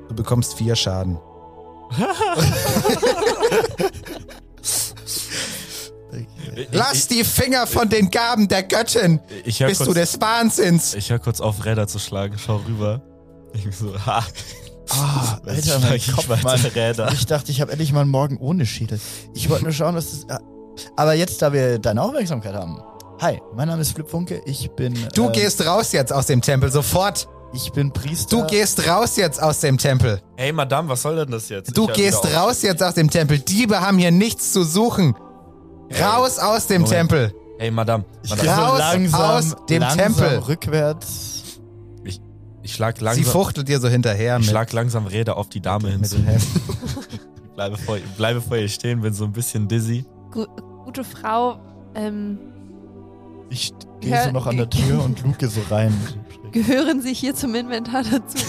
Speaker 3: Du bekommst vier Schaden. Lass die Finger von den Gaben der Göttin!
Speaker 7: Ich höre
Speaker 3: Bist du
Speaker 7: kurz,
Speaker 3: des Wahnsinns!
Speaker 7: ich hör kurz auf, Räder zu schlagen. Schau rüber. Ich bin so, ha,
Speaker 5: Ah, Alter,
Speaker 7: jetzt schlag
Speaker 5: mein
Speaker 7: ich
Speaker 5: Kopf,
Speaker 7: weiter
Speaker 5: Mann.
Speaker 7: Räder.
Speaker 5: Ich dachte, ich habe endlich mal einen Morgen ohne Schädel. Ich wollte nur schauen, dass das. ah. Aber jetzt, da wir deine Aufmerksamkeit haben. Hi, mein Name ist Flip Funke. Ich bin.
Speaker 3: Du
Speaker 5: ähm,
Speaker 3: gehst raus jetzt aus dem Tempel, sofort!
Speaker 5: Ich bin Priester.
Speaker 3: Du gehst raus jetzt aus dem Tempel!
Speaker 7: Hey, Madame, was soll denn das jetzt?
Speaker 3: Du
Speaker 7: Ich hör
Speaker 3: gehst
Speaker 7: wieder auf.
Speaker 3: raus jetzt aus dem Tempel! Diebe haben hier nichts zu suchen! Raus aus dem
Speaker 7: Moment.
Speaker 3: Tempel!
Speaker 7: Hey, Madame,
Speaker 5: Ich
Speaker 7: Madame.
Speaker 5: gehe so
Speaker 3: raus aus dem
Speaker 5: langsam
Speaker 3: Tempel.
Speaker 5: rückwärts.
Speaker 7: ich schlag
Speaker 3: Sie
Speaker 7: langsam,
Speaker 3: fuchtelt dir so hinterher
Speaker 7: ich
Speaker 3: mit,
Speaker 7: schlag langsam Räder auf die Dame hin.
Speaker 3: mit dem Helm.
Speaker 7: Bleibe vor, ihr- bleibe vor ihr stehen, bin so ein bisschen dizzy.
Speaker 4: Gu gute Frau, ähm,
Speaker 5: Ich gehe so noch an der Tür und luke so rein.
Speaker 4: gehören Sie hier zum Inventar dazu?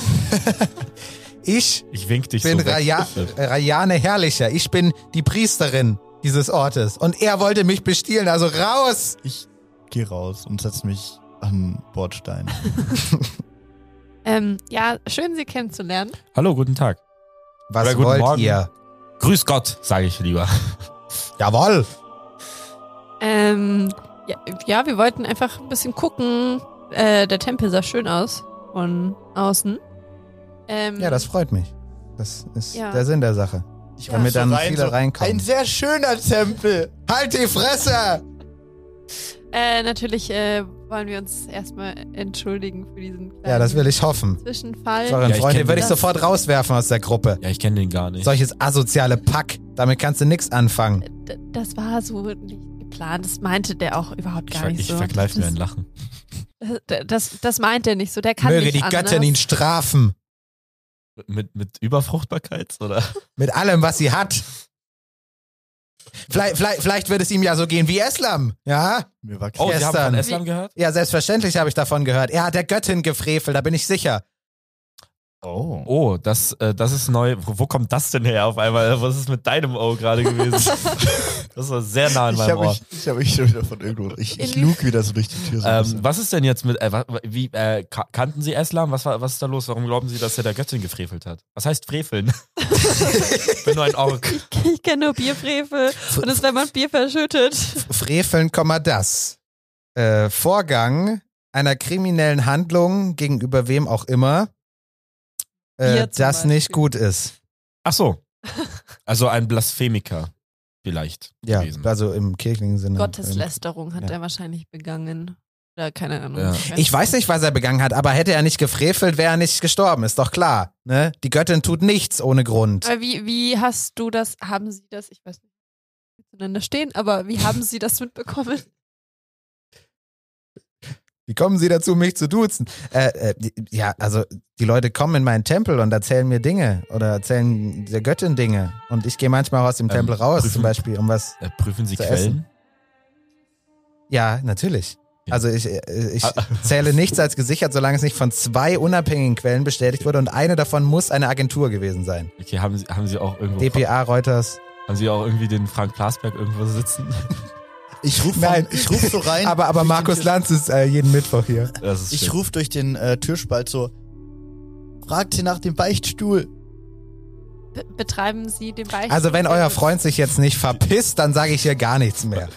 Speaker 3: Ich
Speaker 7: Ich wink dich
Speaker 3: Ich bin
Speaker 7: so weg.
Speaker 3: Raja äh, Rayane Herrlicher. Ich bin die Priesterin dieses Ortes. Und er wollte mich bestehlen, also raus!
Speaker 5: Ich gehe raus und setze mich an Bordstein.
Speaker 4: ähm, ja, schön, Sie kennenzulernen.
Speaker 7: Hallo, guten Tag.
Speaker 3: Was
Speaker 7: Oder guten
Speaker 3: wollt
Speaker 7: Morgen.
Speaker 3: ihr?
Speaker 7: Grüß Gott, sage ich lieber.
Speaker 3: Jawohl!
Speaker 4: Ähm, ja, ja, wir wollten einfach ein bisschen gucken. Äh, der Tempel sah schön aus von außen. Ähm,
Speaker 3: Ja, das freut mich. Das ist
Speaker 4: Ja.
Speaker 3: der Sinn der Sache.
Speaker 5: Ich
Speaker 3: Damit dann viele reinkommen.
Speaker 5: Ein sehr schöner Tempel.
Speaker 3: Halt die Fresse!
Speaker 4: Äh, natürlich äh, wollen wir uns erstmal entschuldigen für diesen kleinen
Speaker 3: Ja, das will ich hoffen. So,
Speaker 4: Zwischenfall.
Speaker 3: euren
Speaker 7: Ja, ich
Speaker 3: Freund,
Speaker 7: kenn
Speaker 3: den würde ich
Speaker 4: das.
Speaker 3: sofort rauswerfen aus der Gruppe.
Speaker 7: Ja, ich kenne den gar nicht.
Speaker 3: Solches asoziale Pack. Damit kannst du nix anfangen.
Speaker 4: D- Das war so nicht geplant. Das meinte der auch überhaupt
Speaker 7: ich
Speaker 4: gar
Speaker 7: ver-
Speaker 4: nicht
Speaker 7: ich
Speaker 4: so.
Speaker 7: vergleiche mir ein
Speaker 4: das,
Speaker 7: Lachen.
Speaker 4: das, Äh, das, das meinte er nicht so. Der kann
Speaker 3: Möge
Speaker 4: nicht
Speaker 3: die
Speaker 4: anders.
Speaker 3: Göttin ihn strafen.
Speaker 7: Mit, mit Überfruchtbarkeit, oder?
Speaker 3: Mit allem, was sie hat. Vielleicht, vielleicht, vielleicht wird es ihm ja so gehen wie Eslam. Ja?
Speaker 5: Mir war
Speaker 7: Oh, Sie haben
Speaker 3: Gestern.
Speaker 7: von Islam gehört?
Speaker 3: Ja, selbstverständlich habe ich davon gehört. Er hat der Göttin gefrevelt, da bin ich sicher.
Speaker 5: oh.
Speaker 7: Oh, das, äh, das ist neu. Wo, wo kommt das denn her auf einmal? Was ist mit deinem O gerade gewesen? das war sehr nah an
Speaker 5: Ich
Speaker 7: meinem
Speaker 5: habe
Speaker 7: Ohr.
Speaker 5: mich, ich hab mich schon wieder von irgendwo. Ich, ich
Speaker 4: Inwie-
Speaker 5: luke wieder so durch die Tür. So ein
Speaker 7: Ähm,
Speaker 5: bisschen.
Speaker 7: was ist denn jetzt mit, äh, wa- wie, äh, ka- kannten Sie Islam? Was, war, was ist da los? Warum glauben Sie, dass er der Göttin gefrevelt hat? Was heißt freveln? ich bin nur ein Ork.
Speaker 4: Ich kenne nur Bierfrevel. Und das, wenn man Bier verschüttet.
Speaker 3: Freveln, Komma, das. Äh, Vorgang einer kriminellen Handlung gegenüber wem auch immer, äh,
Speaker 4: Ihr zum
Speaker 3: das nicht
Speaker 4: Beispiel.
Speaker 3: gut ist.
Speaker 7: Ach so. Also ein Blasphemiker vielleicht
Speaker 3: Ja,
Speaker 7: gewesen.
Speaker 3: also im kirchlichen Sinne. Ähm,
Speaker 4: Gotteslästerung hat
Speaker 3: Ja.
Speaker 4: er wahrscheinlich begangen. Oder keine Ahnung.
Speaker 7: Ja.
Speaker 4: Ich weiß-
Speaker 3: Ich weiß nicht, was er begangen hat, aber hätte er nicht gefrevelt, wäre er nicht gestorben, ist doch klar. Ne? Die Göttin tut nichts ohne Grund.
Speaker 4: Aber wie, wie hast du das, haben sie das, ich weiß nicht, wie wir zueinander stehen, aber wie haben sie das mitbekommen?
Speaker 3: Wie kommen sie dazu, mich zu duzen? Äh, äh, die- ja, also die Leute kommen in meinen Tempel und erzählen mir Dinge oder erzählen der Göttin Dinge. Und ich gehe manchmal auch aus dem
Speaker 7: Ähm,
Speaker 3: Tempel raus,
Speaker 7: prüfen-
Speaker 3: zum Beispiel, um was.
Speaker 7: Äh, prüfen Sie
Speaker 3: Zu
Speaker 7: Quellen?
Speaker 3: Ja, natürlich.
Speaker 7: Ja. Ah,
Speaker 3: Also ich, äh, ich zähle nichts als gesichert, solange es nicht von zwei unabhängigen Quellen bestätigt wurde und eine davon muss eine Agentur gewesen sein.
Speaker 7: Okay, haben Sie, haben Sie auch irgendwo
Speaker 3: DPA, Reuters.
Speaker 7: haben Sie auch irgendwie den Frank Plasberg irgendwo sitzen?
Speaker 5: ich rufe
Speaker 3: Nein.
Speaker 5: ruf so rein.
Speaker 3: Aber, aber
Speaker 5: durch den
Speaker 3: Markus
Speaker 5: Tisch.
Speaker 3: Lanz ist äh, jeden Mittwoch hier.
Speaker 7: Das ist
Speaker 5: Ich
Speaker 7: schön.
Speaker 5: rufe durch den äh, Türspalt so. Fragt sie nach dem Beichtstuhl.
Speaker 4: Be betreiben sie den Beicht?
Speaker 3: Also wenn euer Freund sich jetzt nicht verpisst, dann sage ich hier gar nichts mehr.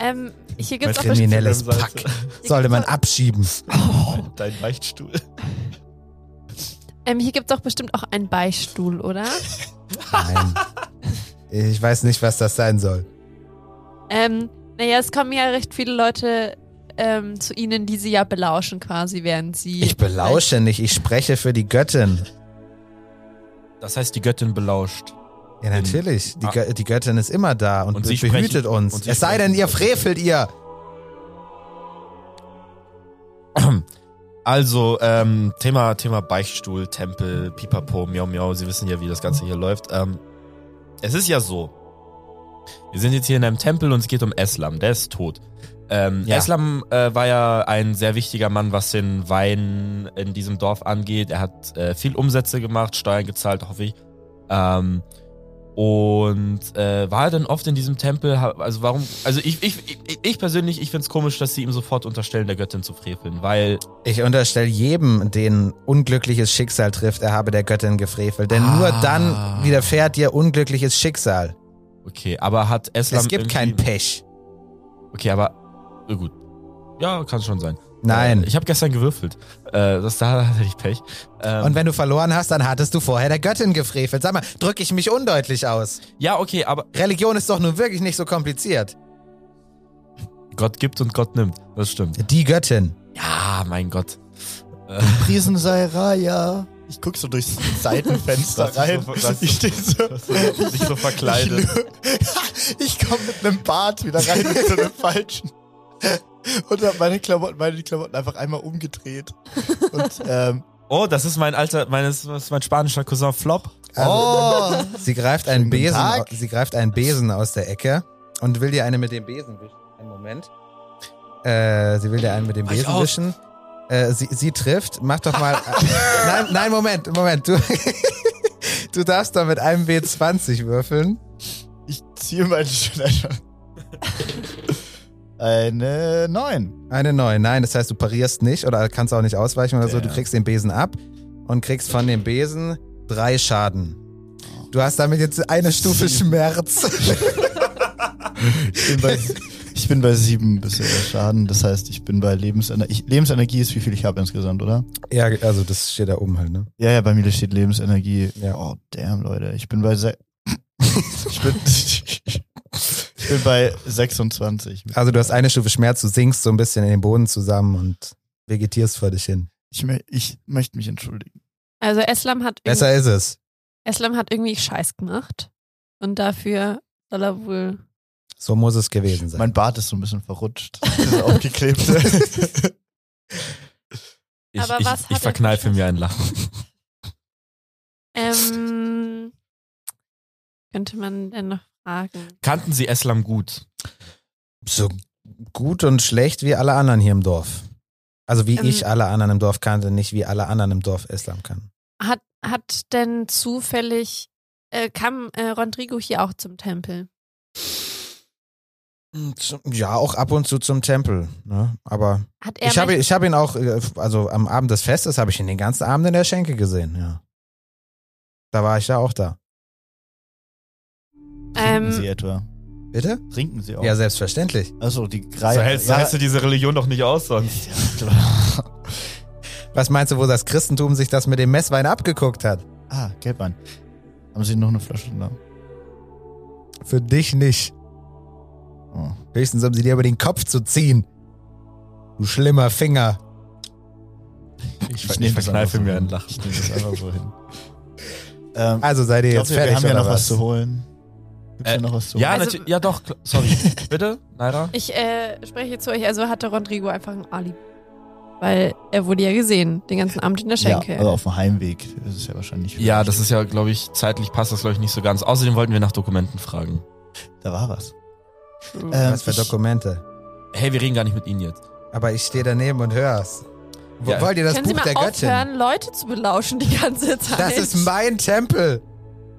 Speaker 4: Ähm,
Speaker 7: Mein
Speaker 4: hier gibt's auch
Speaker 7: Kriminell-
Speaker 3: Kriminelles Pack.
Speaker 7: Instagram-Seite.
Speaker 3: Sollte man abschieben.
Speaker 7: Dein Beichtstuhl.
Speaker 4: Ähm, hier gibt's doch bestimmt auch einen Beichtstuhl, oder?
Speaker 3: Nein. Ah, Ich weiß nicht, was das sein soll.
Speaker 4: Ähm, naja, es kommen ja recht viele Leute ähm, zu ihnen, die sie ja belauschen quasi, während sie.
Speaker 3: Ich belausche nicht, ich spreche für die Göttin.
Speaker 7: Das heißt, die Göttin belauscht.
Speaker 3: Ja, natürlich. Die, Gö die Göttin ist immer da
Speaker 7: Hm. Ah.
Speaker 3: und,
Speaker 7: Und
Speaker 3: be-
Speaker 7: sie sprechen-
Speaker 3: behütet uns.
Speaker 7: und sie
Speaker 3: es sei
Speaker 7: sprechen-
Speaker 3: denn, ihr frevelt ihr.
Speaker 7: Also, ähm, Thema, Thema Beichtstuhl, Tempel, Pipapo, Miau Miau, Sie wissen ja, wie das Ganze hier läuft. Ähm, es ist ja so. Wir sind jetzt hier in einem Tempel und es geht um Eslam, der ist tot. Ähm,
Speaker 3: Ja.
Speaker 7: Eslam äh, war ja ein sehr wichtiger Mann, was den Wein in diesem Dorf angeht. Er hat äh, viel Umsätze gemacht, Steuern gezahlt, hoffe ich. Ähm, Und äh, war er denn oft in diesem Tempel? Ha- Also warum? Also ich, ich, ich, ich persönlich, ich find's komisch, dass sie ihm sofort unterstellen, der Göttin zu freveln, weil
Speaker 3: Ich unterstelle jedem, den unglückliches Schicksal trifft, er habe der Göttin gefrevelt. Denn nur
Speaker 7: Ah.
Speaker 3: dann widerfährt dir unglückliches Schicksal.
Speaker 7: okay, aber hat Eslam
Speaker 3: Es gibt kein
Speaker 7: irgendwie-
Speaker 3: Pech.
Speaker 7: Okay, aber äh, gut. Ja, kann schon sein.
Speaker 3: Nein.
Speaker 7: Äh, Ich habe gestern gewürfelt. Äh, das da hatte ich Pech. Ähm,
Speaker 3: Und wenn du verloren hast, dann hattest du vorher der Göttin gefrevelt. Sag mal, drücke ich mich undeutlich aus.
Speaker 7: ja, okay, aber
Speaker 3: Religion ist doch nun wirklich nicht so kompliziert.
Speaker 7: Gott gibt und Gott nimmt. Das stimmt.
Speaker 3: Die Göttin.
Speaker 7: Ja, mein Gott.
Speaker 5: Priesen sei Raya. Ich guck so durchs Seitenfenster
Speaker 2: Das ist
Speaker 5: rein.
Speaker 2: so- das ist
Speaker 5: ich stehe so.
Speaker 2: Sich so verkleidet.
Speaker 5: ich komme mit einem Bart wieder rein, mit so einem falschen. Und habe meine Klamotten, meine Klamotten einfach einmal umgedreht. Und, ähm,
Speaker 7: Oh, das ist mein alter, meines, das ist mein spanischer Cousin Flop.
Speaker 5: oh!
Speaker 3: Sie greift einen
Speaker 5: Schönen guten
Speaker 3: Besen,
Speaker 5: Tag.
Speaker 3: sie greift einen Besen aus der Ecke und will dir eine mit dem Besen wischen. Einen Moment. Äh, sie will dir einen mit dem Besen wischen. Äh, sie, sie trifft. Mach doch mal. nein, nein, Moment, Moment. Du, du darfst da mit einem W20 würfeln.
Speaker 5: Ich ziehe meine Schleifer. Eine 9.
Speaker 3: Eine neue. Nein, das heißt, du parierst nicht oder kannst auch nicht ausweichen oder so. Du
Speaker 5: Ja.
Speaker 3: kriegst den Besen ab und kriegst von dem Besen drei Schaden. Du hast damit jetzt eine Stufe Schmerz.
Speaker 5: Ich bin bei, ich bin bei 7 bisher Schaden. Das heißt, ich bin bei Lebensenergie. Ich, Lebensenergie ist, wie viel ich habe insgesamt, oder?
Speaker 3: ja, also das steht da oben halt, ne?
Speaker 5: Ja, ja, bei mir steht Lebensenergie.
Speaker 3: Ja.
Speaker 5: Oh, damn, Leute. Ich bin bei se ich, bin, ich bin bei 26.
Speaker 3: Also du hast eine Stufe Schmerz, du sinkst so ein bisschen in den Boden zusammen und vegetierst vor dich hin.
Speaker 5: Ich, mö- ich möchte mich entschuldigen.
Speaker 4: Also Eslam hat, irgendwie-
Speaker 3: Besser ist es.
Speaker 4: Eslam hat irgendwie Scheiß gemacht. Und dafür soll er wohl.
Speaker 3: So muss es gewesen sein.
Speaker 5: Mein Bart ist so ein bisschen verrutscht. Ist aufgeklebt.
Speaker 7: Ich,
Speaker 4: Aber
Speaker 7: ich,
Speaker 4: was hat
Speaker 7: ich
Speaker 4: er
Speaker 7: verkneife
Speaker 4: geschafft?
Speaker 7: mir ein Lachen.
Speaker 4: Ähm, könnte man denn noch fragen?
Speaker 7: Kannten Sie Eslam gut?
Speaker 3: so gut und schlecht wie alle anderen hier im Dorf. Also wie
Speaker 4: Ähm.
Speaker 3: ich alle anderen im Dorf kannte, nicht wie alle anderen im Dorf Islam kannten.
Speaker 4: Hat, hat denn zufällig, äh, kam äh, Rodrigo hier auch zum Tempel?
Speaker 3: Hm, Ja, auch ab und zu zum Tempel. Ne? Aber
Speaker 4: Hat er
Speaker 3: ich habe,
Speaker 4: manch-
Speaker 3: ich habe ihn auch, äh, also am Abend des Festes habe ich ihn den ganzen Abend in der Schenke gesehen, ja. Da war ich ja auch da.
Speaker 5: Trinken sie
Speaker 4: ähm,
Speaker 5: etwa.
Speaker 3: Bitte?
Speaker 5: Trinken sie auch.
Speaker 3: Ja, selbstverständlich.
Speaker 5: Achso, die
Speaker 2: So
Speaker 5: greifen.
Speaker 2: hältst, so hältst du diese Religion doch nicht aus sonst.
Speaker 5: klar.
Speaker 3: Was meinst du, wo das Christentum sich das mit dem Messwein abgeguckt hat?
Speaker 5: Ah, Geldmann. Haben sie noch eine Flasche da?
Speaker 3: Für dich nicht.
Speaker 5: Oh.
Speaker 3: Höchstens, um sie dir über den Kopf zu ziehen. Du schlimmer Finger.
Speaker 5: Ich,
Speaker 7: ich verkneife mir ein
Speaker 5: einen
Speaker 7: Lachen.
Speaker 5: Ich nehme das einfach so hin. Ähm,
Speaker 3: Also seid ihr
Speaker 5: ich
Speaker 3: jetzt
Speaker 5: glaube,
Speaker 3: fertig.
Speaker 5: wir haben ja
Speaker 3: oder
Speaker 5: noch was, zu holen. Gibt's
Speaker 7: Äh,
Speaker 5: ja noch was zu
Speaker 7: Ja,
Speaker 5: holen?
Speaker 4: Also-
Speaker 7: natürlich. Ja, doch. klar. Sorry. Bitte, Naira?
Speaker 4: ich äh, spreche zu euch, also hatte Rodrigo einfach ein Alibi. Weil er wurde ja gesehen, den ganzen Abend in der
Speaker 3: also,
Speaker 4: Schenke.
Speaker 5: Ja, aber auf dem Heimweg ist es ja wahrscheinlich.
Speaker 7: Ja, das ist ja, glaube ich, zeitlich passt das, glaube ich, nicht so ganz. Außerdem wollten wir nach Dokumenten fragen.
Speaker 5: Da war was.
Speaker 4: True.
Speaker 5: Ähm,
Speaker 3: Was für
Speaker 5: ich-
Speaker 3: Dokumente.
Speaker 7: Hey, wir reden gar nicht mit Ihnen jetzt.
Speaker 3: Aber ich stehe daneben und hör's. Wo
Speaker 7: Ja.
Speaker 3: Wollt ihr das
Speaker 4: Können Sie
Speaker 3: Buch
Speaker 4: mal
Speaker 3: der Göttin?
Speaker 4: aufhören, Leute zu belauschen die ganze Zeit?
Speaker 3: Das ist mein Tempel.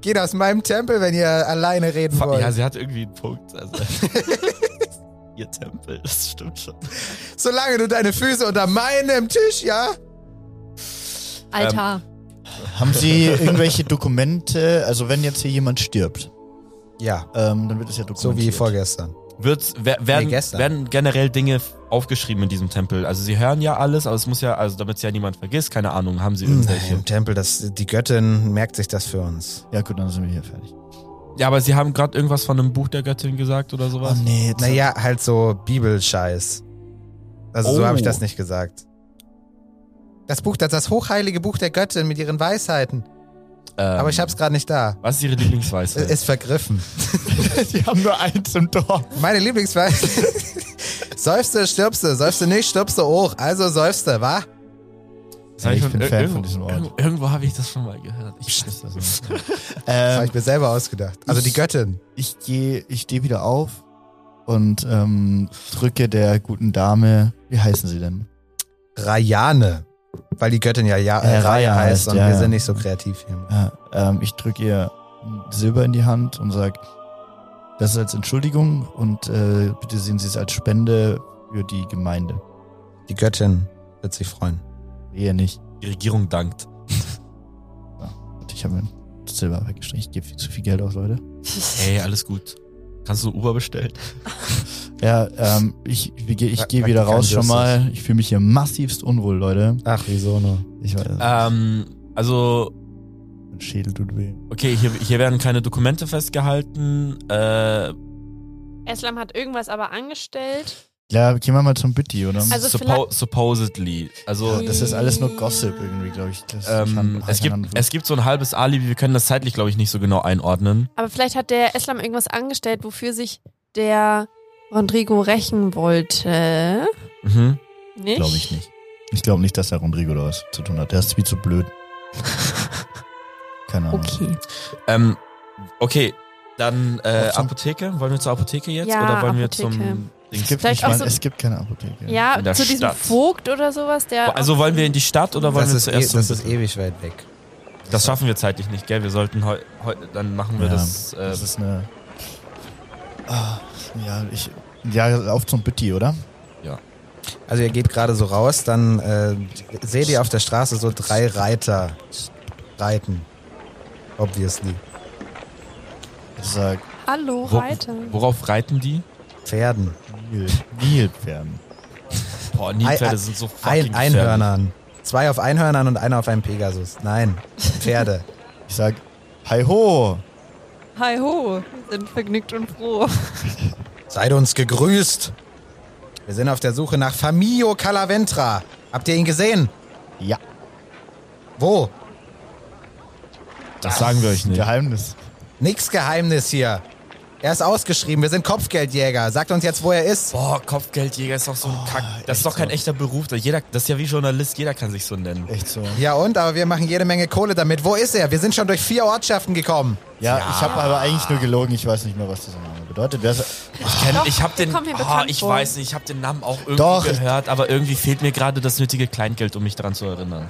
Speaker 3: Geht aus meinem Tempel, wenn ihr alleine reden wollt.
Speaker 7: Ja, sie hat irgendwie einen Punkt. Also, ihr Tempel, das stimmt schon.
Speaker 3: Solange du deine Füße unter meinem Tisch, ja?
Speaker 4: Altar.
Speaker 5: Haben Sie irgendwelche Dokumente? Also, wenn jetzt hier jemand stirbt,
Speaker 3: Ja,
Speaker 5: ähm, dann wird es ja dokumentiert.
Speaker 3: so wie vorgestern.
Speaker 7: Wird's, wer, werden,
Speaker 3: gestern.
Speaker 7: werden generell Dinge aufgeschrieben in diesem Tempel? Also sie hören ja alles, aber es muss ja, also damit es ja niemand vergisst, keine Ahnung, haben sie
Speaker 3: Nein,
Speaker 7: irgendwelche.
Speaker 3: Im Tempel, das, die Göttin merkt sich das für uns.
Speaker 5: Ja, gut, dann sind wir hier fertig.
Speaker 7: Ja, aber sie haben gerade irgendwas von einem Buch der Göttin gesagt oder
Speaker 3: Oh,
Speaker 7: sowas.
Speaker 5: Oh, nee, jetzt
Speaker 3: Naja, halt so Bibelscheiß. Also so
Speaker 7: Oh.
Speaker 3: habe ich das nicht gesagt. Das Buch, das, das hochheilige Buch der Göttin mit ihren Weisheiten.
Speaker 7: Ähm,
Speaker 3: Aber ich hab's gerade nicht da.
Speaker 7: Was ist ihre
Speaker 3: Es
Speaker 7: Lieblingsweisheit?
Speaker 3: ist vergriffen.
Speaker 5: die haben nur eins im Dorf.
Speaker 3: Meine Lieblingsweisheit. seufste, stirbste, seufste nicht, stirbste auch. Also seufste, wa?
Speaker 7: Das hab
Speaker 5: ich bin
Speaker 7: ir-
Speaker 5: Fan
Speaker 7: irgendwo-
Speaker 5: von diesem Ort.
Speaker 7: irgendwo- Irgendwo habe ich das schon mal gehört. Ich weiß das nicht.
Speaker 3: Das
Speaker 5: Ähm,
Speaker 3: habe ich mir selber ausgedacht. Also die Göttin.
Speaker 5: ich gehe, ich stehe wieder auf und ähm, drücke der guten Dame, wie heißen sie denn?
Speaker 3: Rayane. Weil die Göttin ja, ja äh,
Speaker 5: Äh, Raya
Speaker 3: Raya heißt
Speaker 5: heißt,
Speaker 3: und
Speaker 5: ja,
Speaker 3: wir
Speaker 5: ja.
Speaker 3: sind nicht so kreativ hier.
Speaker 5: Ja, ähm, ich drücke ihr Silber in die Hand und sagt, das ist als Entschuldigung und äh, bitte sehen Sie es als Spende für die Gemeinde.
Speaker 3: Die Göttin wird sich freuen.
Speaker 5: Eher nicht.
Speaker 7: Die Regierung dankt.
Speaker 5: Warte, Ich habe mir das Silber weggestrichen. Ich gebe viel zu viel Geld aus, Leute.
Speaker 3: Ähm,
Speaker 7: Hey, alles gut. Kannst du Uber bestellen?
Speaker 5: Ja, ähm, ich, wir geh-
Speaker 3: Pra-
Speaker 5: ich gehe wieder raus schon
Speaker 3: Praktikant
Speaker 5: mal. Ich fühle mich hier massivst unwohl, Leute.
Speaker 3: Ach, wieso nur?
Speaker 5: Ich weiß,
Speaker 7: Ähm, also,
Speaker 5: mein Schädel tut weh.
Speaker 7: okay, hier, hier werden keine Dokumente festgehalten. Äh,
Speaker 4: Eslam hat irgendwas aber angestellt.
Speaker 5: Ja, gehen wir mal zum Bitti, oder?
Speaker 4: Also
Speaker 7: suppo supposedly. Also,
Speaker 5: ja, das ist alles nur Gossip irgendwie, glaube ich. Das
Speaker 7: ähm, es, gibt, es gibt so ein halbes Alibi. Wir können das zeitlich, glaube ich, nicht so genau einordnen.
Speaker 4: Aber vielleicht hat der Eslam irgendwas angestellt, wofür sich der Rodrigo rächen wollte.
Speaker 7: Mhm.
Speaker 4: Nicht?
Speaker 5: glaube ich nicht. Ich glaube nicht, dass der Rodrigo da was zu tun hat. Der ist viel zu blöd. Keine Ahnung.
Speaker 4: Okay.
Speaker 7: Ähm, okay, dann äh,
Speaker 5: Auf zum-
Speaker 7: Apotheke. Wollen wir zur Apotheke jetzt?
Speaker 4: Ja,
Speaker 7: oder wollen
Speaker 4: Apotheke.
Speaker 7: wir zum.
Speaker 5: Es
Speaker 7: Dings?
Speaker 5: gibt,
Speaker 4: Vielleicht
Speaker 5: ich
Speaker 4: auch
Speaker 5: mein,
Speaker 4: so-
Speaker 5: es gibt keine Apotheke.
Speaker 4: Ja,
Speaker 7: In der
Speaker 4: zu diesem
Speaker 7: Stadt.
Speaker 4: Vogt oder sowas, der.
Speaker 7: Also wollen wir in die Stadt oder wollen
Speaker 3: Das
Speaker 7: wir
Speaker 3: ist,
Speaker 7: zuerst
Speaker 3: eh,
Speaker 7: zum
Speaker 3: das ist eh- ewig weit weg.
Speaker 7: Das schaffen wir zeitlich nicht, gell? Wir sollten heute, heu, dann machen wir
Speaker 5: Ja,
Speaker 7: das. Äh,
Speaker 5: Das ist eine. Ah, ja, ich. Ja, auf zum Bitti, oder?
Speaker 3: Also ihr geht gerade so raus, dann äh, seht ihr auf der Straße so drei Reiter reiten. Obviously.
Speaker 5: Das sagt
Speaker 4: Hallo,
Speaker 7: wo-
Speaker 4: Reiter.
Speaker 7: worauf reiten die?
Speaker 3: Pferden.
Speaker 5: Nil. Nilpferden.
Speaker 7: Boah, Nilpferde
Speaker 3: Ei-
Speaker 7: sind so
Speaker 3: Ein,
Speaker 7: fucking gefährlich.
Speaker 3: Einhörnern. Zwei auf Einhörnern und einer auf einem Pegasus. Nein, Pferde.
Speaker 5: Ich sag, hi ho!
Speaker 4: Hi ho, wir sind vergnügt und froh.
Speaker 3: Seid uns gegrüßt. Wir sind auf der Suche nach Famio Calaventra. Habt ihr ihn gesehen?
Speaker 5: Ja.
Speaker 3: Wo?
Speaker 7: Das sagen wir euch nicht.
Speaker 5: Geheimnis.
Speaker 3: Nix Geheimnis hier. Er ist ausgeschrieben. Wir sind Kopfgeldjäger. Sagt uns jetzt, wo er ist.
Speaker 7: Boah, Kopfgeldjäger ist doch so ein Kack. Das ist doch kein echter Beruf. Da jeder, das ist ja wie Journalist, jeder kann sich so nennen.
Speaker 5: Echt so.
Speaker 3: Ja und, aber wir machen jede Menge Kohle damit. Wo ist er? Wir sind schon durch vier Ortschaften gekommen.
Speaker 5: Ja, ich habe aber eigentlich nur gelogen. Ich weiß nicht mehr, was dieser Name bedeutet. Wer ist,
Speaker 7: Ich, kenn,
Speaker 4: Doch,
Speaker 7: ich habe
Speaker 4: der
Speaker 7: den,
Speaker 4: kommt mir
Speaker 7: oh,
Speaker 4: bekannt
Speaker 7: ich
Speaker 4: vor.
Speaker 7: weiß nicht, ich habe den Namen auch irgendwie
Speaker 5: Doch, ich-
Speaker 7: gehört, aber irgendwie fehlt mir gerade das nötige Kleingeld, um mich daran zu erinnern.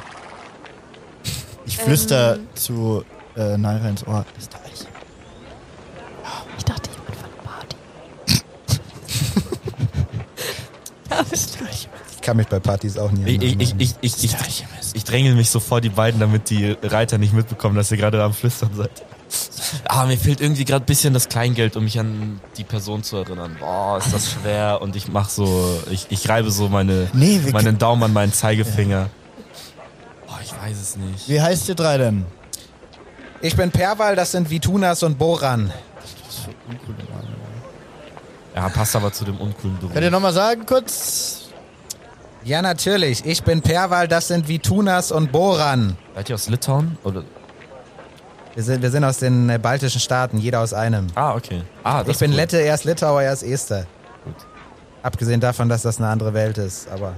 Speaker 5: ich flüster
Speaker 4: Ähm.
Speaker 5: zu äh, Naira ins Ohr. Ist da ich?
Speaker 4: Ich dachte, ich bin von der Party.
Speaker 3: Ich kann mich bei Partys auch nie
Speaker 7: Ich, ich,
Speaker 3: erinnern.
Speaker 7: ich, ich, ich, ich, ich drängel mich so vor die beiden, damit die Reiter nicht mitbekommen, dass ihr gerade am Flüstern seid. Ah, mir fehlt irgendwie gerade ein bisschen das Kleingeld, um mich an die Person zu erinnern. Boah, ist das schwer. Und ich mach so, ich, ich reibe so meine,
Speaker 5: Nee, wir-
Speaker 7: meinen Daumen an meinen Zeigefinger. Boah, ich weiß es nicht.
Speaker 5: Wie heißt ihr drei denn?
Speaker 3: Ich bin Perwal, das sind Vitunas und Boran.
Speaker 7: Ja, passt aber zu dem uncoolen Beruf.
Speaker 5: Könnt ihr nochmal sagen, kurz?
Speaker 3: Ja, natürlich. Ich bin Perwal, das sind Vitunas und Boran.
Speaker 7: Seid ihr aus Litauen? Oder?
Speaker 3: Wir sind, wir sind aus den äh, baltischen Staaten, jeder aus einem.
Speaker 7: Ah, okay. Ah, das
Speaker 3: Ich bin
Speaker 7: ist cool.
Speaker 3: Lette, er ist Litauer, er ist Ester.
Speaker 7: Gut.
Speaker 3: Abgesehen davon, dass das eine andere Welt ist, aber...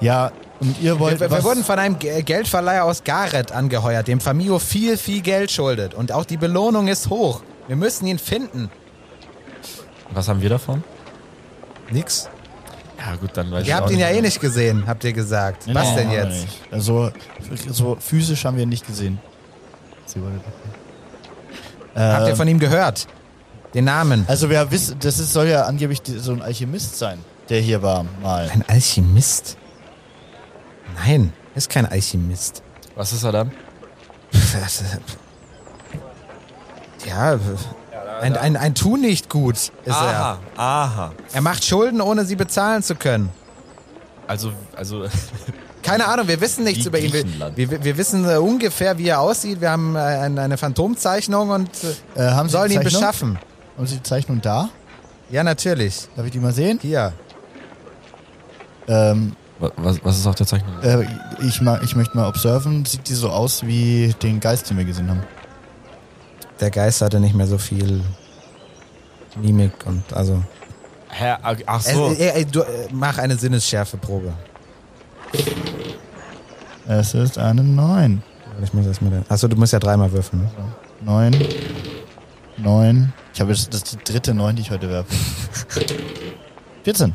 Speaker 5: Ja, und ihr wollt.
Speaker 3: Wir, wir, wir
Speaker 5: was?
Speaker 3: wurden von einem Ge- Geldverleiher aus Gareth angeheuert, dem Famio viel, viel Geld schuldet. Und auch die Belohnung ist hoch. Wir müssen ihn finden.
Speaker 7: Was haben wir davon?
Speaker 3: Nix.
Speaker 7: Ja, gut, dann weiß
Speaker 3: Ihr
Speaker 7: ich
Speaker 3: habt
Speaker 7: auch
Speaker 3: ihn ja
Speaker 7: nicht.
Speaker 3: eh nicht gesehen, habt ihr gesagt.
Speaker 5: Nee,
Speaker 3: Was
Speaker 5: nee,
Speaker 3: denn
Speaker 5: haben wir
Speaker 3: jetzt?
Speaker 5: nicht. Also, so physisch haben wir ihn nicht gesehen. Sie wollte-
Speaker 3: Habt ihr
Speaker 5: Ähm,
Speaker 3: von ihm gehört? Den Namen?
Speaker 5: Also wir wissen, das ist, soll ja angeblich die- so ein Alchemist sein, der hier war mal.
Speaker 3: Ein Alchemist? Nein, er ist kein Alchemist.
Speaker 7: Was ist er dann?
Speaker 3: Das, äh, Ja, ein, ein, ein Tu nicht gut ist er.
Speaker 7: aha, aha.
Speaker 3: Er macht Schulden, ohne sie bezahlen zu können.
Speaker 7: Also, also.
Speaker 3: Keine Ahnung, wir wissen nichts
Speaker 7: Wie
Speaker 3: über ihn. Wir,
Speaker 7: Griechenland.
Speaker 3: wir, wir wissen äh, ungefähr, wie er aussieht. Wir haben äh, ein- eine Phantomzeichnung und äh,
Speaker 5: Äh, haben Sie
Speaker 3: sollen
Speaker 5: die
Speaker 3: ihn
Speaker 5: Zeichnung?
Speaker 3: beschaffen.
Speaker 5: Haben Sie die Zeichnung da?
Speaker 3: Ja, natürlich.
Speaker 5: Darf ich die mal sehen?
Speaker 3: Hier.
Speaker 5: Ähm,
Speaker 7: Was, was ist auf der Zeichnung?
Speaker 5: äh, ich, ma ich möchte mal observen. Sieht die so aus wie den Geist, den wir gesehen haben?
Speaker 3: Der Geist hatte nicht mehr so viel Mimik und also.
Speaker 7: Hä? Ach so.
Speaker 3: Es- äh, äh, du, äh, mach eine Sinnesschärfeprobe.
Speaker 5: Es ist eine 9.
Speaker 3: Ich muss erst mal den- Achso, du musst ja dreimal würfeln. Ne?
Speaker 5: 9. 9. Ich habe jetzt das ist die dritte 9, die ich heute werfe. 14.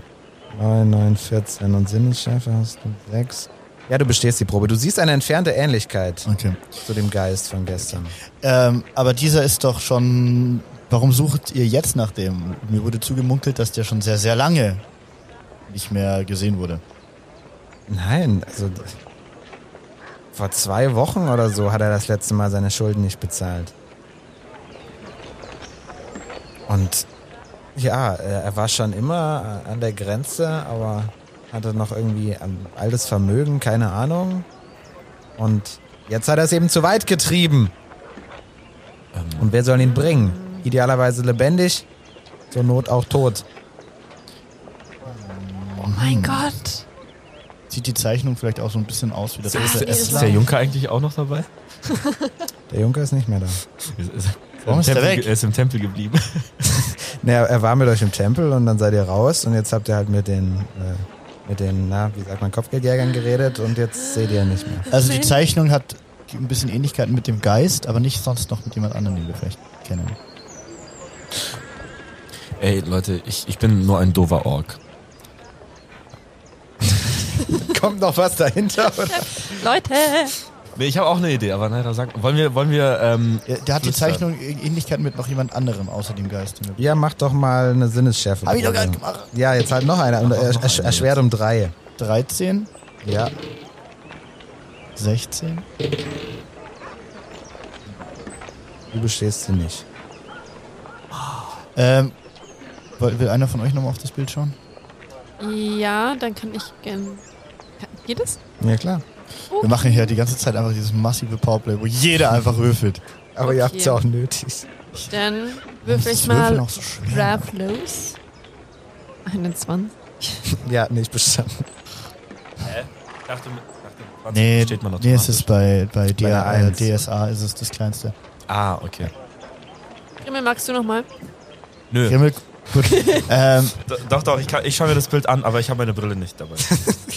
Speaker 3: 9, 9, 14 und Sinnesschärfe hast du 6. Ja, du bestehst die Probe. Du siehst eine entfernte Ähnlichkeit
Speaker 5: Okay.
Speaker 3: zu dem Geist von gestern.
Speaker 5: Ähm, aber dieser ist doch schon. Warum sucht ihr jetzt nach dem? Mir wurde zugemunkelt, dass der schon sehr, sehr lange nicht mehr gesehen wurde.
Speaker 3: Nein, also vor zwei Wochen oder so hat er das letzte Mal seine Schulden nicht bezahlt. Und ja, äh, er war schon immer an der Grenze, aber hatte noch irgendwie ein altes Vermögen, keine Ahnung. Und jetzt hat er es eben zu weit getrieben. Und wer soll ihn bringen? Idealerweise lebendig, zur Not auch tot.
Speaker 5: Oh
Speaker 4: Mein Gott.
Speaker 5: Sieht die Zeichnung vielleicht auch so ein bisschen aus wie das
Speaker 4: Sag
Speaker 5: alte
Speaker 4: ihr das.
Speaker 2: Ist der
Speaker 5: Estland?
Speaker 2: Junker eigentlich auch noch dabei?
Speaker 3: Der Junker ist nicht mehr da.
Speaker 2: Ist, ist,
Speaker 5: Warum ist
Speaker 2: im
Speaker 5: der
Speaker 2: Tempel,
Speaker 5: weg?
Speaker 2: ge- ist im Tempel geblieben.
Speaker 3: Naja, er war mit euch im Tempel und dann seid ihr raus und jetzt habt ihr halt mit den, äh, mit den, na, wie sagt man, Kopfgeldjägern geredet und jetzt seht ihr ihn nicht mehr.
Speaker 5: Also die Zeichnung hat ein bisschen Ähnlichkeiten mit dem Geist, aber nicht sonst noch mit jemand anderem, den wir vielleicht kennen.
Speaker 7: Ey, Leute, ich, ich bin nur ein dover Ork.
Speaker 3: Kommt noch was dahinter?
Speaker 4: Leute.
Speaker 2: Nee, ich habe auch eine Idee, aber leider sagen. Wollen wir, wollen wir, ähm,
Speaker 5: Ja, Der hat die
Speaker 2: Flüstern.
Speaker 5: Zeichnung Ähnlichkeiten mit noch jemand anderem außer dem Geist. den wir-
Speaker 3: Ja, macht doch mal eine Sinnesschärfe.
Speaker 5: Hab ich doch gerade gemacht.
Speaker 3: Ja, jetzt halt noch einer und er, er, erschwert um drei.
Speaker 5: 13,
Speaker 3: Ja.
Speaker 5: 16.
Speaker 3: Du bestehst sie nicht.
Speaker 5: Ähm, will will einer von euch nochmal auf das Bild schauen?
Speaker 4: Ja, dann kann ich gern. Kann- Geht es?
Speaker 3: Ja, klar.
Speaker 5: Wir machen hier die ganze Zeit einfach dieses massive Powerplay, wo jeder einfach würfelt.
Speaker 3: Aber ihr habt sie
Speaker 4: Okay.
Speaker 3: auch nötig.
Speaker 4: Dann würfel
Speaker 5: Das
Speaker 4: ich
Speaker 5: Würfeln
Speaker 4: mal
Speaker 5: auch so schwer.
Speaker 4: Grab los. 21.
Speaker 3: Ja, nicht bestanden.
Speaker 7: Dachte, dachte,
Speaker 5: Nee,
Speaker 7: steht man noch
Speaker 5: nee es ist bei, bei,
Speaker 3: der
Speaker 5: DR,
Speaker 3: Eins.
Speaker 5: äh, DSA ist es das kleinste.
Speaker 7: Ah, okay.
Speaker 4: Grimmel, magst du nochmal?
Speaker 7: Nö.
Speaker 5: Himmel, gut. ähm,
Speaker 7: D- Doch, doch, ich, kann- ich schaue mir das Bild an, aber ich habe meine Brille nicht dabei.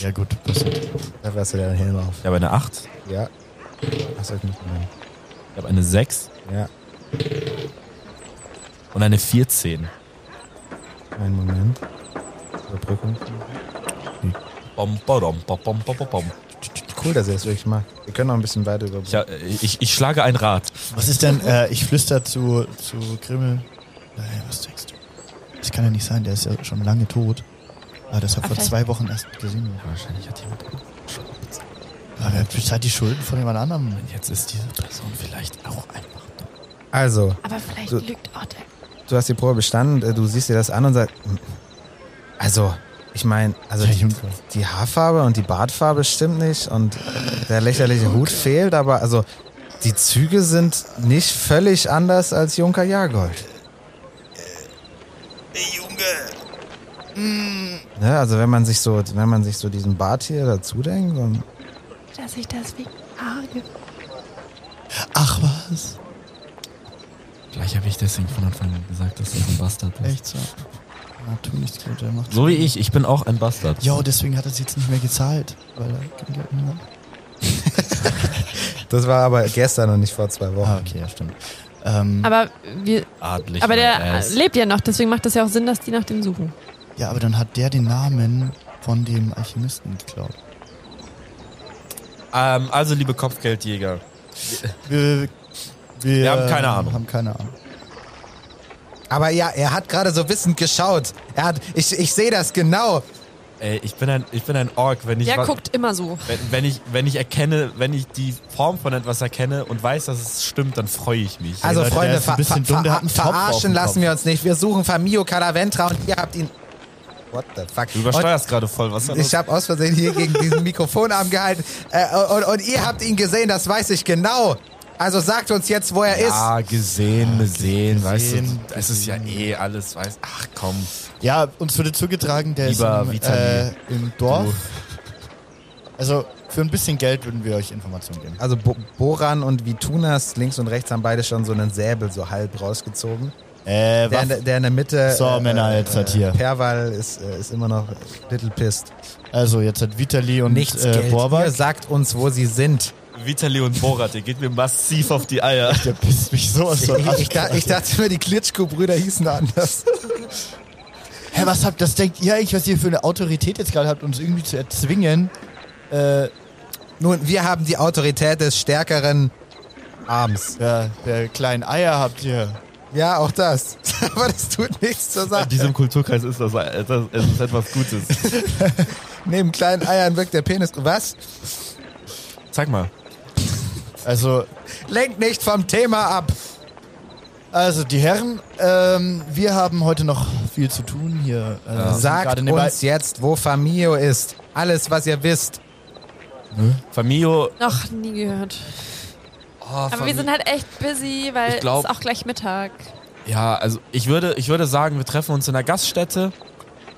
Speaker 5: ja gut, passiert.
Speaker 3: Da wärst du ja Helm auf.
Speaker 7: Ich habe eine 8,
Speaker 3: Ja. Hast du euch nicht mehr.
Speaker 7: ich habe eine 6
Speaker 3: Ja,
Speaker 7: und eine 14.
Speaker 3: einen Moment. Überbrückung.
Speaker 7: Bom, bom, bom, bom, bom, bom, bom.
Speaker 3: Cool, dass ihr das wirklich macht. Wir können noch ein bisschen weiter
Speaker 7: Ich,
Speaker 3: überbrücken.
Speaker 7: ha- ich, ich schlage ein Rad.
Speaker 5: Was ist denn, äh, ich flüster zu, zu Grimmel. Hey, was denkst du? Das kann ja nicht sein, der ist ja schon lange tot. Ah, das hat vor
Speaker 4: Okay.
Speaker 5: zwei Wochen erst gesehen. worden.
Speaker 7: Wahrscheinlich hat jemand.
Speaker 5: Aber wer bezahlt die Schulden von jemand anderem?
Speaker 7: Jetzt ist diese Person vielleicht auch einfach.
Speaker 3: Also,
Speaker 4: Aber vielleicht
Speaker 3: So.
Speaker 4: lügt auch der.
Speaker 3: du hast die Probe bestanden, äh, du siehst dir das an und sagst, "Hm, also, ich meine, also
Speaker 5: Der
Speaker 3: die,
Speaker 5: Junker.
Speaker 3: die Haarfarbe und die Bartfarbe stimmt nicht und der lächerliche Hut fehlt, aber also die Züge sind nicht völlig anders als Junker Jagold. Junge. Ne, also wenn man sich so, wenn man sich so diesen Bart hier dazu denkt, dann
Speaker 4: Dass ich das wegen Haare. ge-
Speaker 5: Ach was?
Speaker 7: Gleich habe ich deswegen von Anfang an gesagt, dass du ein Bastard bist.
Speaker 5: Echt so. Natürlich, gut, der macht.
Speaker 7: So wie ich, ich bin auch ein Bastard.
Speaker 5: Jo, deswegen hat er es jetzt nicht mehr gezahlt. Weil er kein Geld mehr hat.
Speaker 3: das war aber gestern und nicht vor zwei Wochen.
Speaker 5: Ah, okay, ja, stimmt. Ähm,
Speaker 4: Aber, wir,
Speaker 7: Adlig.
Speaker 4: aber der
Speaker 7: mein Ass.
Speaker 4: lebt ja noch, deswegen macht es ja auch Sinn, dass die nach dem suchen.
Speaker 5: ja, aber dann hat der den Namen von dem Alchemisten geklaut.
Speaker 7: Ähm, also, liebe Kopfgeldjäger,
Speaker 5: Wir, wir,
Speaker 7: Wir haben keine Ahnung.
Speaker 5: Haben keine Ahnung.
Speaker 3: Aber ja, er hat gerade so wissend geschaut. Er hat, ich, ich sehe das genau.
Speaker 7: ey, ich bin ein, ich bin ein Ork, wenn ich
Speaker 4: Der
Speaker 7: wa-
Speaker 4: guckt immer so.
Speaker 7: Wenn, wenn, ich, wenn ich erkenne, wenn ich die Form von etwas erkenne und weiß, dass es stimmt, dann freue ich mich.
Speaker 3: Also
Speaker 5: Leute, der
Speaker 3: Freunde,
Speaker 5: ist ein
Speaker 3: ver
Speaker 5: bisschen dumm,
Speaker 3: ver
Speaker 5: der hat einen
Speaker 3: ver
Speaker 5: Topf auf
Speaker 3: verarschen
Speaker 5: dem
Speaker 3: lassen
Speaker 5: Kopf.
Speaker 3: wir uns nicht. Wir suchen Famio Calaventra und ihr habt ihn. What the fuck?
Speaker 7: du übersteuerst gerade voll. Was ist da
Speaker 3: Und
Speaker 7: los?
Speaker 3: ich habe aus Versehen hier gegen diesen Mikrofonarm gehalten. Äh, und, und ihr habt ihn gesehen, das weiß ich genau. Also sagt uns jetzt, wo er ist.
Speaker 7: Ah, gesehen, gesehen, weißt
Speaker 5: gesehen,
Speaker 7: du, es ist ja eh alles, weißt Ach komm.
Speaker 5: Ja, uns wurde zugetragen, der
Speaker 7: Lieber
Speaker 5: ist im,
Speaker 7: Vitali,
Speaker 5: äh, im Dorf. Also für ein bisschen Geld würden wir euch Informationen geben.
Speaker 3: Also Bo Boran und Vitunas links und rechts haben beide schon so einen Säbel so halb rausgezogen.
Speaker 5: Äh,
Speaker 3: Der, in der-
Speaker 7: ne-
Speaker 5: Waff-
Speaker 3: der in der Mitte.
Speaker 5: So, Männer, jetzt seid ihr.
Speaker 3: Perval ist, äh, ist immer noch little pissed.
Speaker 5: also jetzt hat Vitali und
Speaker 3: Nichts
Speaker 5: äh,
Speaker 3: Geld. Ihr
Speaker 5: Borbak.
Speaker 3: sagt uns, wo sie sind.
Speaker 7: Vitali und Borat, ihr geht mir massiv auf die Eier.
Speaker 5: Der pisst mich sowas
Speaker 3: Ich,
Speaker 5: von ab.
Speaker 3: ich, da- ich dachte mir, die Klitschko-Brüder hießen anders.
Speaker 5: Hä, was habt das denkt ihr eigentlich, was ihr für eine Autorität jetzt gerade habt, uns irgendwie zu erzwingen, äh,
Speaker 3: Nun, wir haben die Autorität des stärkeren Arms.
Speaker 5: Ja, der kleinen Eier habt ihr.
Speaker 3: Ja, auch das. Aber das tut nichts zur Sache.
Speaker 2: In diesem Kulturkreis ist das, das es ist etwas Gutes.
Speaker 3: Neben kleinen Eiern wirkt der Penis. Was?
Speaker 2: Zeig mal.
Speaker 5: Also,
Speaker 3: Lenkt nicht vom Thema ab.
Speaker 5: also die Herren, ähm, wir haben heute noch viel zu tun hier. Äh, sind
Speaker 3: Sagt
Speaker 5: gerade nebenbei-
Speaker 3: uns jetzt, wo Famio ist. Alles, was ihr wisst.
Speaker 2: Famio,
Speaker 4: Noch nie gehört. Aber wir sind halt echt busy, weil
Speaker 2: Ich glaub-
Speaker 4: es ist auch gleich Mittag.
Speaker 2: ja, also ich würde, ich würde sagen, wir treffen uns in der Gaststätte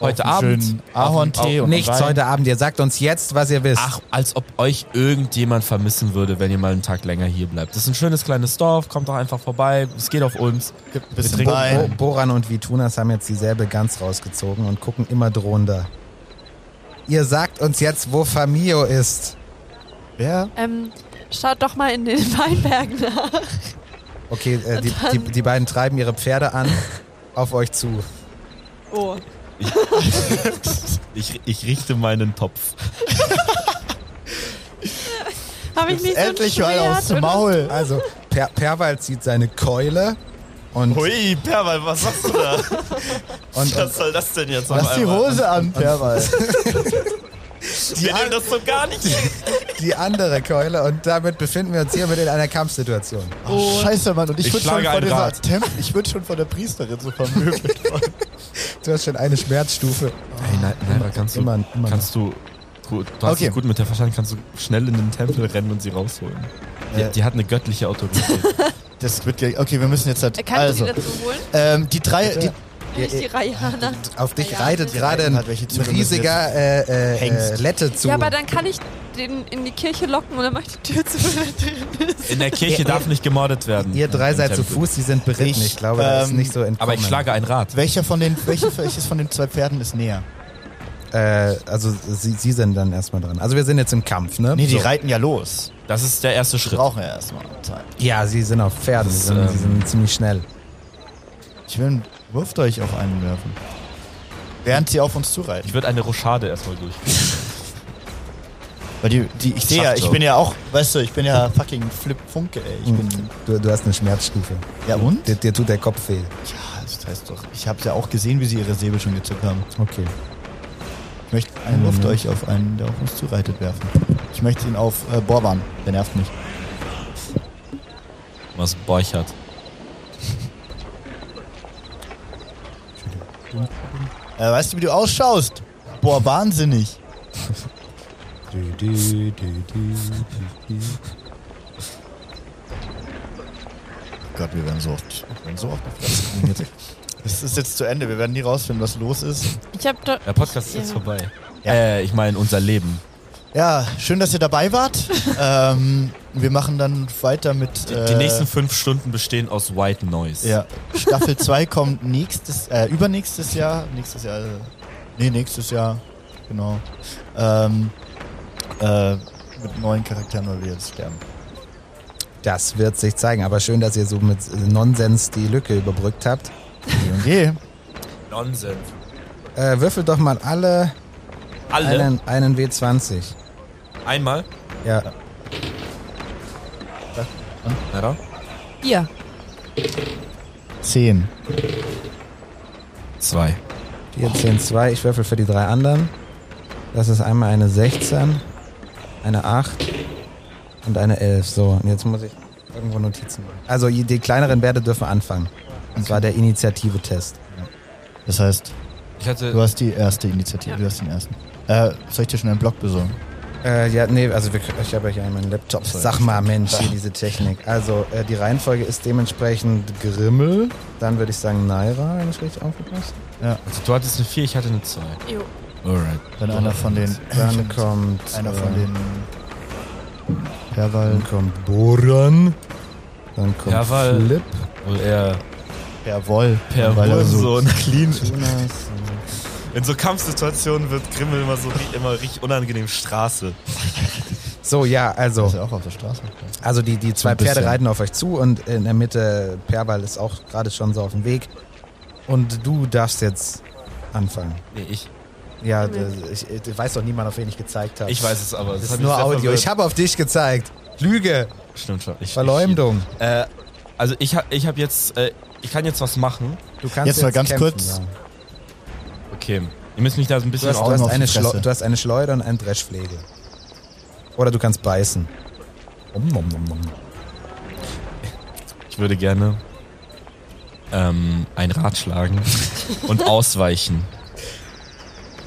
Speaker 2: heute
Speaker 5: einen
Speaker 2: Abend.
Speaker 5: schönen Ahorntee und
Speaker 3: Nichts
Speaker 5: Wein.
Speaker 3: heute Abend. Ihr sagt uns jetzt, was ihr wisst.
Speaker 2: Ach, als ob euch irgendjemand vermissen würde, wenn ihr mal einen Tag länger hier bleibt. Das ist ein schönes kleines Dorf, kommt doch einfach vorbei, es geht auf uns.
Speaker 5: gibt ein
Speaker 2: wir
Speaker 5: bisschen
Speaker 2: trinken-
Speaker 3: Bo
Speaker 5: Wein.
Speaker 3: Boran und Vitunas haben jetzt dieselbe Gans rausgezogen und gucken immer drohender. Ihr sagt uns jetzt, wo Famio ist.
Speaker 5: Wer?
Speaker 4: Ähm, schaut doch mal in den Weinbergen nach.
Speaker 3: Okay, äh, die, die, die beiden treiben ihre Pferde an auf euch zu.
Speaker 4: Oh.
Speaker 2: Ich, ich richte meinen Topf.
Speaker 4: Habe ich nicht so ein
Speaker 5: Endlich mal
Speaker 4: Schwert
Speaker 5: aufs
Speaker 4: oder-
Speaker 5: Maul.
Speaker 3: Also, per Perwald zieht seine Keule und, und,
Speaker 7: Hui, Perwal, was machst du da?
Speaker 3: und,
Speaker 7: Was soll das denn jetzt auf
Speaker 5: Lass die
Speaker 7: einmal?
Speaker 5: Hose an, Perwal.
Speaker 7: Wir nehmen das so gar nicht.
Speaker 3: die andere Keule und damit befinden wir uns hiermit in einer Kampfsituation.
Speaker 5: Oh, scheiße, Mann. Und ich,
Speaker 2: Ich
Speaker 5: würde schon,
Speaker 2: schlage
Speaker 5: von
Speaker 2: einen
Speaker 5: dieser
Speaker 2: Rat.
Speaker 5: Temp- ich würd schon von der Priesterin so vermöbelt.
Speaker 3: Du hast schon eine Schmerzstufe.
Speaker 2: Hey, nein, nein, kannst du,
Speaker 3: Immer- immer
Speaker 2: kannst du, du, du hast
Speaker 5: Okay.
Speaker 2: dich gut mit der Verstand, kannst du schnell in den Tempel rennen und sie rausholen. Die,
Speaker 5: Äh.
Speaker 2: die hat eine göttliche Autorität.
Speaker 5: das wird ja, okay, wir müssen jetzt halt,
Speaker 4: Äh, Kannst
Speaker 5: also,
Speaker 4: du die dazu holen?
Speaker 5: ähm, die drei, die,
Speaker 4: Bin ich die Rayana?
Speaker 3: Auf dich
Speaker 4: Ja,
Speaker 3: reitet
Speaker 4: ja.
Speaker 3: gerade ein
Speaker 5: Hat welche
Speaker 3: ein
Speaker 5: Züge
Speaker 3: riesiger äh, äh, äh,
Speaker 5: Hengst.
Speaker 3: Lette zu.
Speaker 4: Ja, aber dann kann ich den in die Kirche locken und dann mach ich die Tür zu, wenn er drin ist.
Speaker 2: In der Kirche darf nicht gemordet werden.
Speaker 3: Ihr drei
Speaker 2: Im
Speaker 3: seid zu
Speaker 2: Tempel.
Speaker 3: Fuß, die sind beritten. Ich,
Speaker 5: Ich,
Speaker 3: glaube, da ist
Speaker 5: ähm,
Speaker 3: nicht so entkommen.
Speaker 2: Aber ich schlage ein Rad.
Speaker 5: welcher von den, welche, welches von den zwei Pferden ist näher?
Speaker 3: Äh, also sie, sie sind dann erstmal dran. Also wir sind jetzt im Kampf, ne?
Speaker 5: Nee, die
Speaker 3: so.
Speaker 5: reiten ja los.
Speaker 2: Das ist der erste
Speaker 5: Die
Speaker 2: Schritt.
Speaker 5: brauchen ja erstmal Zeit.
Speaker 3: Ja, sie sind auf Pferden. Sie
Speaker 2: Das,
Speaker 3: sind, sie
Speaker 2: ähm,
Speaker 3: sind ziemlich schnell.
Speaker 5: Ich will, wirft euch auf einen werfen. Während sie auf uns zureiten.
Speaker 2: Ich würde eine Rochade erstmal durch.
Speaker 5: Weil die, die, ich sehe ja, ich bin ja auch, weißt du, ich bin ja fucking Flip Funke, ey. Ich bin,
Speaker 3: Du, du hast eine Schmerzstufe.
Speaker 5: Mhm. ja und?
Speaker 3: Dir, dir tut der Kopf weh.
Speaker 5: Ja, das heißt doch, ich hab's ja auch gesehen, wie sie ihre Säbel schon gezückt haben.
Speaker 3: Okay.
Speaker 5: Ich möchte einen Luft euch auf einen, der auf uns zureitet, werfen. Ich möchte ihn auf äh, Borban. Der nervt mich.
Speaker 2: Was Borchert.
Speaker 5: Äh, weißt du, wie du ausschaust? Boah, wahnsinnig. Oh Gott, wir werden so oft, wir werden so oft auf Platz kriegen jetzt. Das ist jetzt zu Ende. Wir werden nie rausfinden, was los ist.
Speaker 4: Ich hab doch.
Speaker 2: Der Podcast ist
Speaker 4: Ja.
Speaker 2: jetzt vorbei.
Speaker 5: Ja.
Speaker 2: Äh, ich meine unser Leben.
Speaker 5: Ja, schön, dass ihr dabei wart. ähm, wir machen dann weiter mit.
Speaker 2: Die,
Speaker 5: äh,
Speaker 2: die nächsten fünf Stunden bestehen aus White Noise.
Speaker 5: Ja, Staffel 2 kommt nächstes, äh, übernächstes Jahr. Nächstes Jahr, äh, nee, nächstes Jahr, genau. Ähm, äh, mit neuen Charakteren, weil wir jetzt sterben.
Speaker 3: Das wird sich zeigen. Aber schön, dass ihr so mit Nonsens die Lücke überbrückt habt.
Speaker 5: Okay.
Speaker 2: Nonsens.
Speaker 3: Äh, würfelt doch mal alle
Speaker 2: Alle?
Speaker 3: einen, einen W20.
Speaker 2: Einmal?
Speaker 3: Ja.
Speaker 2: Ja.
Speaker 4: Hier.
Speaker 5: 10.
Speaker 2: Zwei.
Speaker 3: 14, 2. Ich würfel für die drei anderen. Das ist einmal eine 16, eine 8 und eine 11. So, und jetzt muss ich irgendwo Notizen machen. Also die die kleineren Werte dürfen anfangen. Das war der Initiative-Test.
Speaker 5: Das heißt,
Speaker 2: Ich hatte.
Speaker 5: du hast die erste Initiative, du hast den ersten. Äh, soll ich dir schon einen Blog besorgen?
Speaker 3: Äh, ja, nee, also wir, ich habe ja hier meinen Laptop. Sag mal, Mensch, hier diese Technik. Also äh, die Reihenfolge ist dementsprechend Grimmel. Dann würde ich sagen Naira, wenn ich richtig aufgepasst
Speaker 2: Also du hattest eine vier, ich hatte eine zwei.
Speaker 4: Jo.
Speaker 2: Alright.
Speaker 5: Dann einer von den.
Speaker 3: habe. Dann kommt...
Speaker 5: Einer
Speaker 3: äh,
Speaker 5: von den. Perwal.
Speaker 3: Dann kommt Boran. Dann kommt
Speaker 2: Perwal.
Speaker 3: Flip.
Speaker 2: Wohl eher
Speaker 5: Perwoll.
Speaker 2: per
Speaker 5: weil er so.
Speaker 7: So ein clean.
Speaker 3: Jonas.
Speaker 7: In so Kampfsituationen wird Grimmel immer so ri- immer richtig unangenehm Straße.
Speaker 3: So, ja,
Speaker 5: Ist
Speaker 3: also,
Speaker 5: ja auch auf der Straße.
Speaker 3: also die, die zwei
Speaker 5: ein bisschen.
Speaker 3: Pferde reiten auf euch zu und in der Mitte Perwal ist auch gerade schon so auf dem Weg. Und du darfst jetzt anfangen.
Speaker 2: Nee, ich.
Speaker 3: Ja, das- ich, ich weiß doch niemand, auf wen ich gezeigt habe.
Speaker 7: Ich weiß es aber. Das,
Speaker 3: Das
Speaker 7: hab
Speaker 3: ist
Speaker 7: ich
Speaker 3: nur
Speaker 7: sehr
Speaker 3: Audio.
Speaker 7: verwirrt.
Speaker 3: Ich habe auf dich gezeigt. Lüge.
Speaker 7: Stimmt schon. Ich,
Speaker 3: Verleumdung.
Speaker 7: Ich, äh, also ich, ha- ich habe jetzt, äh, ich kann jetzt was machen.
Speaker 3: Du kannst
Speaker 5: Jetzt mal ganz
Speaker 3: kämpfen,
Speaker 5: kurz.
Speaker 3: Ja.
Speaker 7: Okay. Ihr müsst mich da so ein
Speaker 3: Du,
Speaker 7: bisschen
Speaker 3: hast,
Speaker 5: Augen
Speaker 3: du, hast
Speaker 5: auf die
Speaker 3: eine
Speaker 5: Fresse.
Speaker 3: Schleu- du hast eine Schleuder und einen Dreschflegel. Oder du kannst beißen. Um, um, um, um.
Speaker 7: Ich würde gerne ähm, ein Rad schlagen und ausweichen.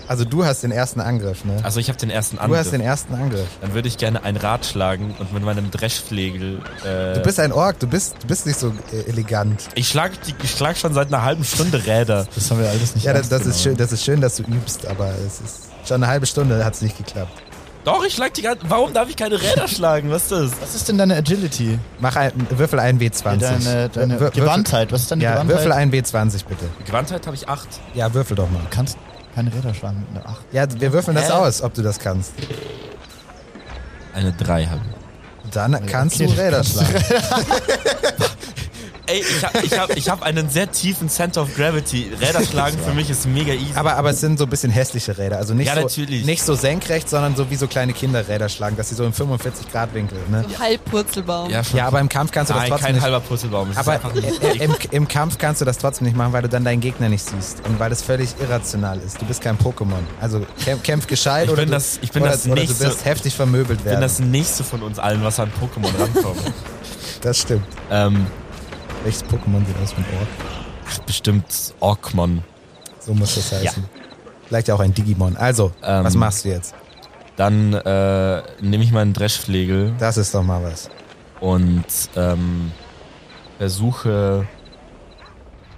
Speaker 3: Also du hast den ersten Angriff, ne?
Speaker 7: Also ich habe den ersten
Speaker 3: Du
Speaker 7: Angriff.
Speaker 3: hast den ersten Angriff.
Speaker 7: Dann würde ich gerne ein Rad schlagen und mit meinem Dreschflegel. Äh,
Speaker 3: Du bist ein Ork, du bist, du bist nicht so äh, elegant.
Speaker 7: ich schlag, die- ich schlag schon seit einer halben Stunde Räder.
Speaker 5: Das haben wir alles nicht
Speaker 3: Ja, das, das,
Speaker 5: ernst
Speaker 3: ist schön, das ist schön, dass du übst, aber es ist schon eine halbe Stunde hat es nicht geklappt.
Speaker 7: Doch, ich schlag die ganze. Warum darf ich keine Räder schlagen? Was ist das?
Speaker 5: Was ist denn deine Agility?
Speaker 3: Mach ein, würfel einen W20.
Speaker 5: Deine, deine
Speaker 3: Wür- würfel-
Speaker 5: Gewandtheit. Was ist deine
Speaker 3: Ja,
Speaker 5: Gewandtheit?
Speaker 3: würfel einen W20 bitte.
Speaker 7: Gewandtheit habe ich acht.
Speaker 3: Ja, würfel doch mal.
Speaker 5: Du kannst keine Räder schlagen mit einer 8.
Speaker 3: Ja, wir würfeln das
Speaker 7: Hä?
Speaker 3: aus, ob du das kannst.
Speaker 7: Eine drei habe ich.
Speaker 3: Dann kannst
Speaker 5: okay,
Speaker 3: du
Speaker 5: dann
Speaker 3: Räder
Speaker 5: kannst du
Speaker 3: schlagen.
Speaker 7: Ey, ich habe ich hab, ich hab einen sehr tiefen Center of Gravity. Räder schlagen für mich ist mega easy.
Speaker 3: Aber, aber es sind so ein bisschen hässliche Räder. Also nicht,
Speaker 7: Ja,
Speaker 3: so,
Speaker 7: natürlich.
Speaker 3: nicht so senkrecht, sondern so wie so kleine Kinderräder schlagen, dass sie so im 45-Grad-Winkel. Ne?
Speaker 4: Halb Purzelbaum.
Speaker 7: schon.
Speaker 3: Ja, aber im Kampf kannst du das
Speaker 7: Nein,
Speaker 3: trotzdem
Speaker 7: kein
Speaker 3: nicht.
Speaker 7: halber Purzelbaum. Es ist
Speaker 3: Aber
Speaker 7: einfach-
Speaker 3: äh, äh, im, im Kampf kannst du das trotzdem nicht machen, weil du dann deinen Gegner nicht siehst und weil das völlig irrational ist. Du bist kein Pokémon. Also kämpf, kämpf gescheit
Speaker 7: Ich
Speaker 3: oder,
Speaker 7: bin
Speaker 3: du,
Speaker 7: das- ich bin
Speaker 3: oder,
Speaker 7: das
Speaker 3: oder du
Speaker 7: nächste-
Speaker 3: wirst heftig vermöbelt
Speaker 7: ich
Speaker 3: werden.
Speaker 7: bin das nächste von uns allen, was an Pokémon rankommt.
Speaker 3: das stimmt.
Speaker 7: ähm,
Speaker 3: Welches Pokémon sieht aus mit Ork?
Speaker 7: ach, bestimmt Orkmon.
Speaker 3: So muss das heißen. Vielleicht auch ein Digimon. Also,
Speaker 7: Ähm.
Speaker 3: was machst du jetzt?
Speaker 7: Dann äh, nehme ich meinen Dreschflegel
Speaker 3: Das ist doch mal was.
Speaker 7: und ähm, versuche.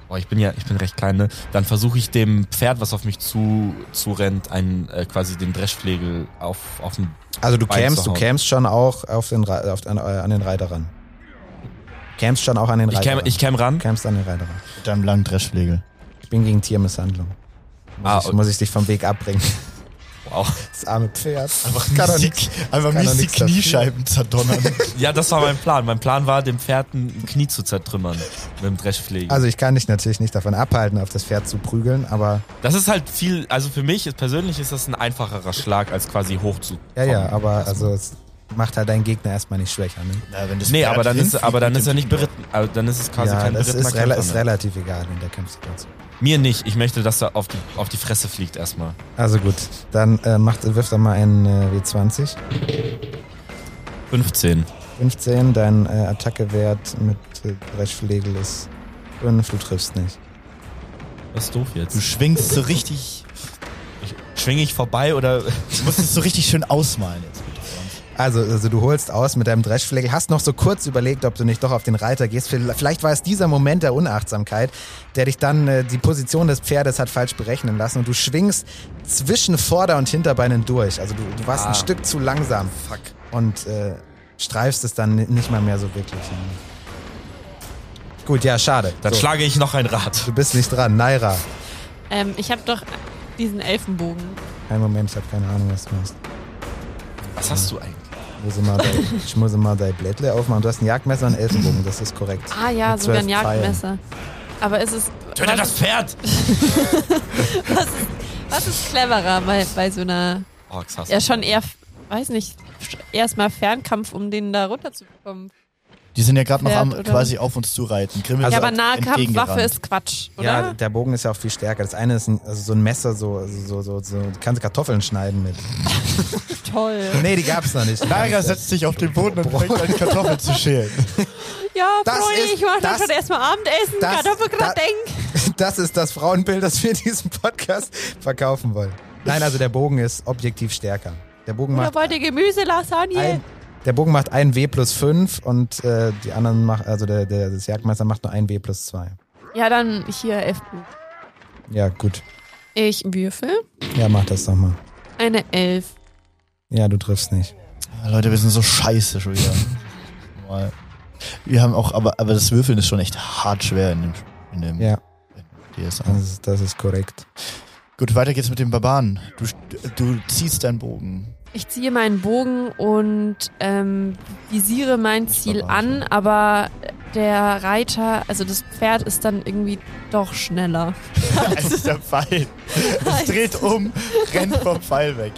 Speaker 7: Oh, ich bin ja, ich bin recht klein, ne? Dann versuche ich dem Pferd, was auf mich zu, zu rennt, einen, äh, quasi den Dreschflegel auf, auf den
Speaker 3: Also du
Speaker 7: Bein zu
Speaker 3: kämpfst, du
Speaker 7: hauen.
Speaker 3: kämpfst schon auch auf den, Ra- auf, an, äh, an den Reiter ran. Kämpfst schon auch an den
Speaker 7: Ich
Speaker 3: Reiter
Speaker 7: käme,
Speaker 3: ran.
Speaker 7: ich käme ran.
Speaker 3: kämpfst an den Reiter ran.
Speaker 5: Mit deinem langen Dreschflegel.
Speaker 3: Ich bin gegen Tiermisshandlung. Muss,
Speaker 7: Ah,
Speaker 3: ich, muss ich dich vom Weg abbringen.
Speaker 7: Wow.
Speaker 3: Das arme Pferd.
Speaker 5: Einfach
Speaker 3: Kann doch
Speaker 5: mies die,
Speaker 3: nix.
Speaker 5: einfach
Speaker 3: Kann doch
Speaker 5: mies die
Speaker 3: nix dafür.
Speaker 5: Kniescheiben zerdonnern.
Speaker 7: Ja, das war mein Plan. Mein Plan war, dem Pferd ein Knie zu zertrümmern mit dem Dreschflegel.
Speaker 3: Also ich kann dich natürlich nicht davon abhalten, auf das Pferd zu prügeln, aber
Speaker 7: das ist halt viel, also für mich ist, persönlich ist das ein einfacherer Schlag, als quasi hoch zu.
Speaker 3: ja, ja, aber also es macht halt deinen Gegner erstmal nicht schwächer. Ne?
Speaker 5: Na, wenn das
Speaker 7: Nee,
Speaker 5: Pferd
Speaker 7: aber dann ist,
Speaker 5: hinfliegt
Speaker 7: aber dann
Speaker 5: mit
Speaker 7: ist er
Speaker 5: dem
Speaker 7: nicht
Speaker 5: Knie.
Speaker 7: beritten. Also dann ist es quasi
Speaker 3: ja,
Speaker 7: kein
Speaker 3: das
Speaker 7: berittener
Speaker 3: ist, rela
Speaker 7: Kämpfer
Speaker 3: ist
Speaker 7: mehr.
Speaker 3: relativ egal in der Kampfsituation.
Speaker 7: Mir nicht. Ich möchte, dass er auf die, auf die Fresse fliegt erstmal.
Speaker 3: Also gut, dann äh, macht, wirf doch mal einen äh, W20.
Speaker 7: 15.
Speaker 3: 15, dein äh, Attackewert mit äh, Brechflegel ist 5, du triffst nicht.
Speaker 7: Das ist doof
Speaker 5: Du
Speaker 7: jetzt.
Speaker 5: schwingst so richtig,
Speaker 7: Schwinge ich vorbei oder.
Speaker 5: du musst es so richtig schön ausmalen jetzt.
Speaker 3: Also, also du holst aus mit deinem Dreschflegel, hast noch so kurz überlegt, ob du nicht doch auf den Reiter gehst. Vielleicht war es dieser Moment der Unachtsamkeit, der dich dann äh, die Position des Pferdes hat falsch berechnen lassen und du schwingst zwischen Vorder- und Hinterbeinen durch. Also du, du warst ein Stück zu langsam. Fuck. Und äh, streifst es dann ni- nicht mal mehr so wirklich. hin. Gut, ja, schade.
Speaker 7: Dann
Speaker 3: So,
Speaker 7: schlage ich noch ein Rad.
Speaker 3: du bist nicht dran, Naira.
Speaker 4: Ähm, ich habe doch diesen Elfenbogen.
Speaker 3: Ein Moment, ich habe keine Ahnung, was du machst.
Speaker 7: Was hast du eigentlich?
Speaker 3: Muss ich, mal dein, ich muss mal dein Blättle aufmachen. Du hast ein Jagdmesser und einen Elfenbogen, das ist korrekt.
Speaker 4: Ah ja,
Speaker 3: Mit
Speaker 4: sogar ein
Speaker 3: zwölf Pfeilen.
Speaker 4: Jagdmesser. Aber ist es.
Speaker 7: Töte das
Speaker 4: was,
Speaker 7: Pferd!
Speaker 4: was ist cleverer bei, bei so einer.
Speaker 7: Oh, ich hasse
Speaker 4: Ja,
Speaker 7: das.
Speaker 4: schon eher, weiß nicht, erstmal Fernkampf, um den da runterzubekommen.
Speaker 5: Die sind ja gerade noch
Speaker 4: Pferd
Speaker 5: am,
Speaker 4: oder-
Speaker 5: quasi auf uns zureiten. Grimmel
Speaker 4: ja,
Speaker 5: ist
Speaker 4: aber Nahkampfwaffe
Speaker 5: entgegengerannt.
Speaker 4: ist Quatsch,
Speaker 3: Also Ja,
Speaker 4: oder?
Speaker 3: der Bogen ist ja auch viel stärker. Das eine ist ein, also so ein Messer, so, so, so, so, du kannst Kartoffeln schneiden mit.
Speaker 4: Toll.
Speaker 3: Nee, die gab's noch nicht.
Speaker 5: Naga setzt sich auf den Boden und fängt an, Kartoffeln zu schälen.
Speaker 4: Ja,
Speaker 3: Das
Speaker 4: Freunde,
Speaker 3: ist-
Speaker 4: ich mache
Speaker 3: das-
Speaker 4: dann schon erstmal Abendessen,
Speaker 3: das-
Speaker 4: Kartoffelgrad
Speaker 3: da-
Speaker 4: denk.
Speaker 3: Das ist das Frauenbild, das wir in diesem Podcast verkaufen wollen. Nein, also der Bogen ist objektiv stärker. Der Bogen
Speaker 4: Oder
Speaker 3: macht
Speaker 4: wollt ihr Gemüse, Lasagne?
Speaker 3: ein, der Bogen macht ein W plus 5 und äh, die anderen macht, also der, der, das Jagdmesser macht nur ein W plus 2.
Speaker 4: Ja, dann hier Elfenbogen.
Speaker 3: Ja, gut.
Speaker 4: Ich würfel
Speaker 3: Ja, mach das doch mal.
Speaker 4: eine Elf.
Speaker 3: Ja, du triffst nicht.
Speaker 5: Ah, Leute, wir sind so scheiße schon wieder. Mal. Wir haben auch, aber, aber das Würfeln ist schon echt hart schwer in dem, in dem
Speaker 3: Ja,
Speaker 5: DSA.
Speaker 3: das ist, das ist korrekt.
Speaker 5: Gut, weiter geht's mit dem Barbaren. Du, du ziehst deinen Bogen.
Speaker 4: Ich ziehe meinen Bogen und ähm, visiere mein Ziel
Speaker 5: war wahr,
Speaker 4: an, aber der Reiter, also das Pferd ist dann irgendwie doch schneller.
Speaker 5: als der Pfeil. Es dreht um, rennt vom Pfeil weg.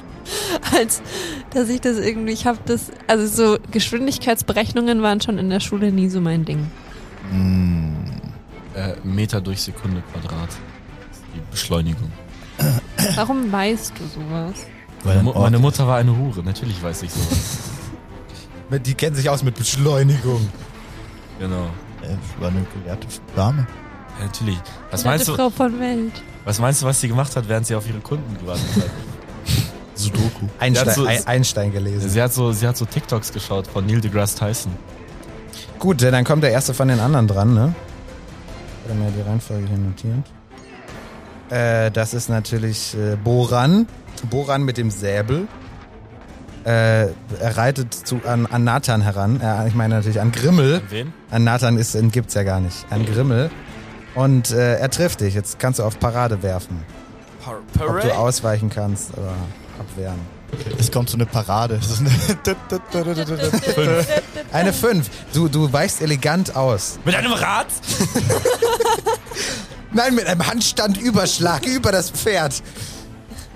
Speaker 4: als dass ich das irgendwie, ich habe das, also so Geschwindigkeitsberechnungen waren schon in der Schule nie so mein Ding.
Speaker 7: Äh, Meter durch Sekunde Quadrat. Das ist Die Beschleunigung.
Speaker 4: Warum weißt du sowas?
Speaker 5: Weil
Speaker 3: oh,
Speaker 7: Mu- Meine Mutter war eine Hure, natürlich weiß ich sowas.
Speaker 3: Die kennen sich aus mit Beschleunigung.
Speaker 7: genau.
Speaker 5: äh, war eine gelehrte Dame.
Speaker 7: Ja, natürlich. Was
Speaker 4: Nette
Speaker 7: meinst, du,
Speaker 4: Frau von Welt.
Speaker 7: was meinst du, was sie gemacht hat, während sie auf ihre Kunden gewartet hat?
Speaker 5: Sudoku.
Speaker 3: Einstein,
Speaker 7: Ja, so-
Speaker 3: Ein- Einstein gelesen.
Speaker 7: Sie hat so, sie hat so TikToks geschaut von Neil deGrasse Tyson.
Speaker 3: Gut, dann kommt der erste von den anderen dran, ne? Ich habe mir die Reihenfolge hier notiert. Äh, das ist natürlich äh, Boran. Boran mit dem Säbel. Äh, er reitet zu, an, an Nathan heran. Äh, ich meine natürlich an Grimmel.
Speaker 7: Wen?
Speaker 3: An Nathan ist, ihn gibt's ja gar nicht. An Grimmel. Und äh, er trifft dich. Jetzt kannst du auf Parade werfen. Ob du ausweichen kannst oder abwehren.
Speaker 5: Es kommt so eine Parade. Es ist eine
Speaker 3: Eine 5. Du, du weichst elegant aus.
Speaker 7: Mit einem Rad?
Speaker 3: Nein, mit einem Handstandüberschlag über das Pferd.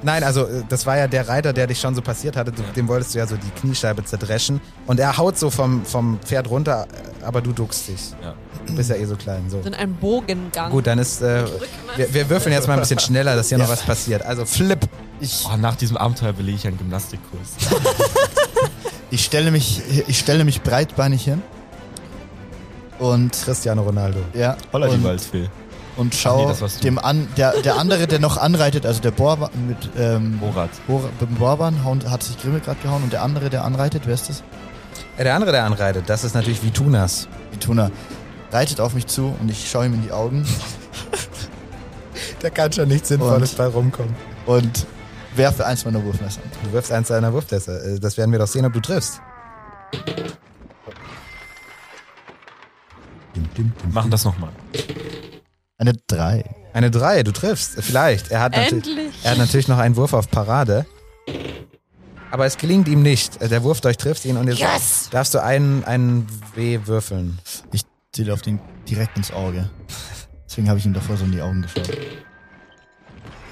Speaker 3: Nein, also äh, das war ja der Reiter, der dich schon so passiert hatte. Du, Dem wolltest du ja so die Kniescheibe zerdreschen. Und er haut so vom, vom Pferd runter, äh, aber du duckst dich.
Speaker 7: Ja.
Speaker 3: Du bist ja eh so klein. So.
Speaker 4: In einem Bogengang.
Speaker 3: Gut, dann ist. Äh,
Speaker 4: Rückmann.
Speaker 3: wir, wir würfeln jetzt mal ein bisschen schneller, dass hier noch was passiert. Also Flip.
Speaker 5: ich,
Speaker 7: Oh, nach diesem Abenteuer belege ich einen Gymnastikkurs.
Speaker 5: ich stelle mich, ich stelle mich breitbeinig hin. Und äh,
Speaker 3: Cristiano Ronaldo.
Speaker 5: ja,
Speaker 7: Holla die
Speaker 5: und,
Speaker 7: Waldfee.
Speaker 5: und schau
Speaker 7: das warst du.
Speaker 5: dem an, der, der andere, der noch anreitet, also der Borban mit ähm,
Speaker 7: Borat.
Speaker 5: Bor mit dem Borban hauen- hat sich Grimmel gerade gehauen und der andere, der anreitet, wer ist das?
Speaker 3: Äh, der andere, der anreitet, das ist natürlich Vitunas.
Speaker 5: Ituna reitet auf mich zu und ich schaue ihm in die Augen
Speaker 3: Da kann schon nichts
Speaker 5: Sinnvolles
Speaker 3: bei rumkommen.
Speaker 5: und werfe eins meiner Wurfmesser.
Speaker 3: Du wirfst eins deiner Wurfdässe. Äh, Das werden wir doch sehen, ob du triffst.
Speaker 7: Machen das nochmal.
Speaker 5: Eine drei.
Speaker 3: Eine 3, du triffst. Vielleicht. Er hat, natürlich-
Speaker 4: Endlich.
Speaker 3: er hat natürlich noch einen Wurf auf Parade. Aber es gelingt ihm nicht. Äh, Der Wurf durchtrifft ihn und jetzt
Speaker 4: Yes!
Speaker 3: darfst du einen, einen W würfeln.
Speaker 5: Ich ziele auf den direkt ins Auge. Deswegen habe ich ihm davor so in die Augen geschaut.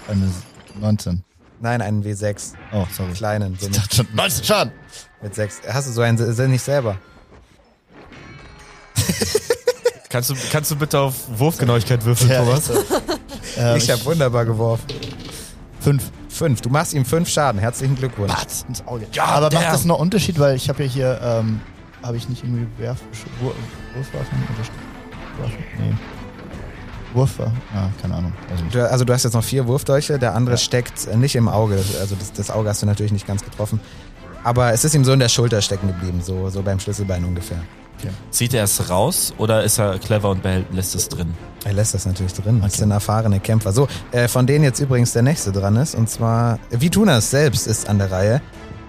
Speaker 5: Eine 19.
Speaker 3: Nein, einen W6.
Speaker 5: Oh, sorry.
Speaker 3: Kleinen. So
Speaker 5: Ich
Speaker 3: mit,
Speaker 5: dachte schon, 19 Schaden.
Speaker 3: mit 6. Hast du so einen Sinn nicht selber?
Speaker 7: Kannst du, kannst du bitte auf Wurfgenauigkeit würfeln,
Speaker 5: Ja,
Speaker 7: Thomas?
Speaker 5: Ähm,
Speaker 3: ich habe wunderbar geworfen.
Speaker 5: 5.
Speaker 3: 5. Du machst ihm 5 Schaden. Herzlichen Glückwunsch.
Speaker 5: Batz ins Auge. Aber macht das noch einen Unterschied, weil ich habe ja hier, ähm, habe ich nicht irgendwie Werf, Sch- Wur- Wurfwaffen oder Sch- Waffen? Nee. Wurfwaffen? Ah, keine Ahnung. Also nicht.
Speaker 3: Du, also du hast jetzt noch vier Wurfdolche, der andere steckt äh, nicht im Auge. Also das, das Auge hast du natürlich nicht ganz getroffen. Aber es ist ihm so in der Schulter stecken geblieben, so, so beim Schlüsselbein ungefähr.
Speaker 7: Zieht er es raus oder ist er clever und behält, lässt es drin?
Speaker 3: Er lässt das natürlich drin. Das sind erfahrene Kämpfer. So, äh, von denen jetzt übrigens der nächste dran ist. Und zwar Vitunas selbst ist an der Reihe.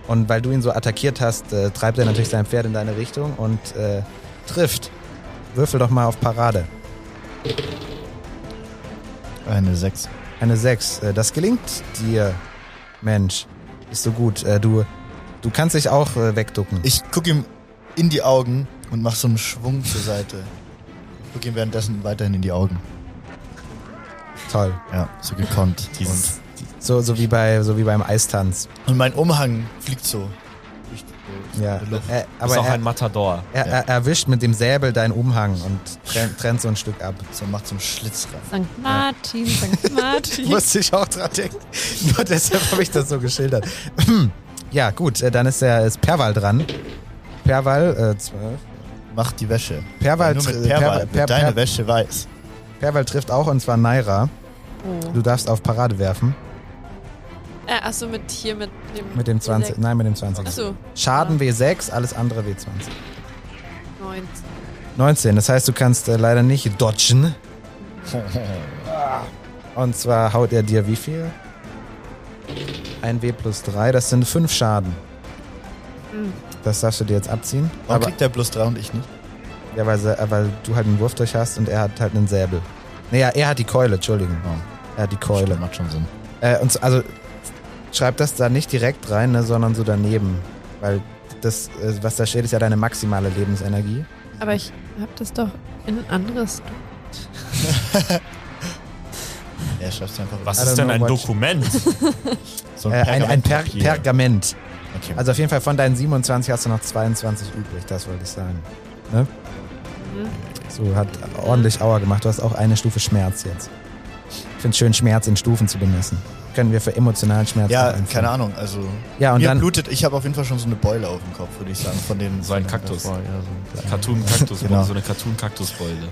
Speaker 3: Und weil du ihn so attackiert hast, äh, treibt er natürlich sein Pferd in deine Richtung und äh, trifft. Würfel doch mal auf Parade.
Speaker 5: Eine 6.
Speaker 3: Eine 6. Äh, das gelingt dir, Mensch. Ist so gut. Äh, du, du kannst dich auch äh, wegducken.
Speaker 5: Ich gucke ihm in die Augen und mache so einen Schwung zur Seite. Guck ihm währenddessen weiterhin in die Augen.
Speaker 3: Toll.
Speaker 5: Ja, so gekonnt.
Speaker 7: Dieses-
Speaker 3: So, so, wie bei, so wie beim Eistanz.
Speaker 5: Und mein Umhang fliegt so.
Speaker 3: Ja. Äh,
Speaker 7: Aber
Speaker 3: aber
Speaker 7: ist auch
Speaker 3: er,
Speaker 7: ein Matador.
Speaker 3: er, er erwischt mit dem Säbel deinen Umhang und trennt, trennt so ein Stück ab.
Speaker 5: So macht so einen Schlitz rein.
Speaker 4: St. Martin, St. Martin.
Speaker 3: Musste ich auch dran denken. Nur deshalb habe ich das so geschildert. Hm. ja, gut, äh, dann ist der ist Perwal dran. Perwal, äh, zwölf.
Speaker 5: Macht die Wäsche.
Speaker 3: Perwal,
Speaker 5: Nur
Speaker 3: tr-
Speaker 5: mit Perwal,
Speaker 3: Per-
Speaker 5: wird
Speaker 3: Per-
Speaker 5: deine
Speaker 3: Per-
Speaker 5: Wäsche weiß.
Speaker 3: Perwal trifft auch und zwar Naira.
Speaker 4: Oh.
Speaker 3: Du darfst auf Parade werfen.
Speaker 4: Äh, achso, mit hier, mit dem.
Speaker 3: Mit dem 20. Nein, mit dem 20.
Speaker 4: Achso,
Speaker 3: Schaden W6, alles andere W20.
Speaker 4: 9.
Speaker 3: 19, das heißt, du kannst äh, leider nicht dodgen. Und zwar haut er dir wie viel? Ein W plus 3, das sind 5 Schaden. Das darfst du dir jetzt abziehen.
Speaker 5: Warum kriegt der plus 3 und ich nicht?
Speaker 3: Ja, weil, sie, äh, weil du halt einen Wurf durch hast und er hat halt einen Säbel. Naja, er hat die Keule, Entschuldigung. Er hat die
Speaker 5: Oh. Stimmt,
Speaker 3: Keule.
Speaker 5: Macht schon Sinn.
Speaker 3: Äh, und so, also schreib das da nicht direkt rein, ne, sondern so daneben. Weil das, äh, was da steht, ist ja deine maximale Lebensenergie.
Speaker 4: Aber ich Habt es doch in ein anderes.
Speaker 5: Er schreibt es einfach.
Speaker 7: Was
Speaker 3: I don't
Speaker 7: ist denn
Speaker 3: know
Speaker 7: ein
Speaker 3: what-
Speaker 7: Dokument?
Speaker 5: So
Speaker 3: Äh, ein ein per
Speaker 5: Pergamentpapier.
Speaker 3: Pergament.
Speaker 5: Okay.
Speaker 3: Also auf jeden Fall von deinen 27 hast du noch 22 übrig, das wollte ich sagen. Ne? So, hat ordentlich Auer gemacht. Du hast auch eine Stufe Schmerz jetzt. Ich finde es schön, Schmerz in Stufen zu bemessen. Können wir für emotionalen Schmerz noch
Speaker 5: ja,
Speaker 3: einführen.
Speaker 5: keine Ahnung. Also
Speaker 3: Ja, und
Speaker 5: mir
Speaker 3: dann,
Speaker 5: blutet. Ich habe auf jeden Fall schon so eine Beule auf dem Kopf, würde ich sagen, von den.
Speaker 7: So ein
Speaker 5: von den
Speaker 7: Kaktus.
Speaker 5: davor, ja, so ein kleiner-
Speaker 7: Cartoon-Kaktus,
Speaker 5: Genau.
Speaker 7: so eine Cartoon-Kaktusbeule.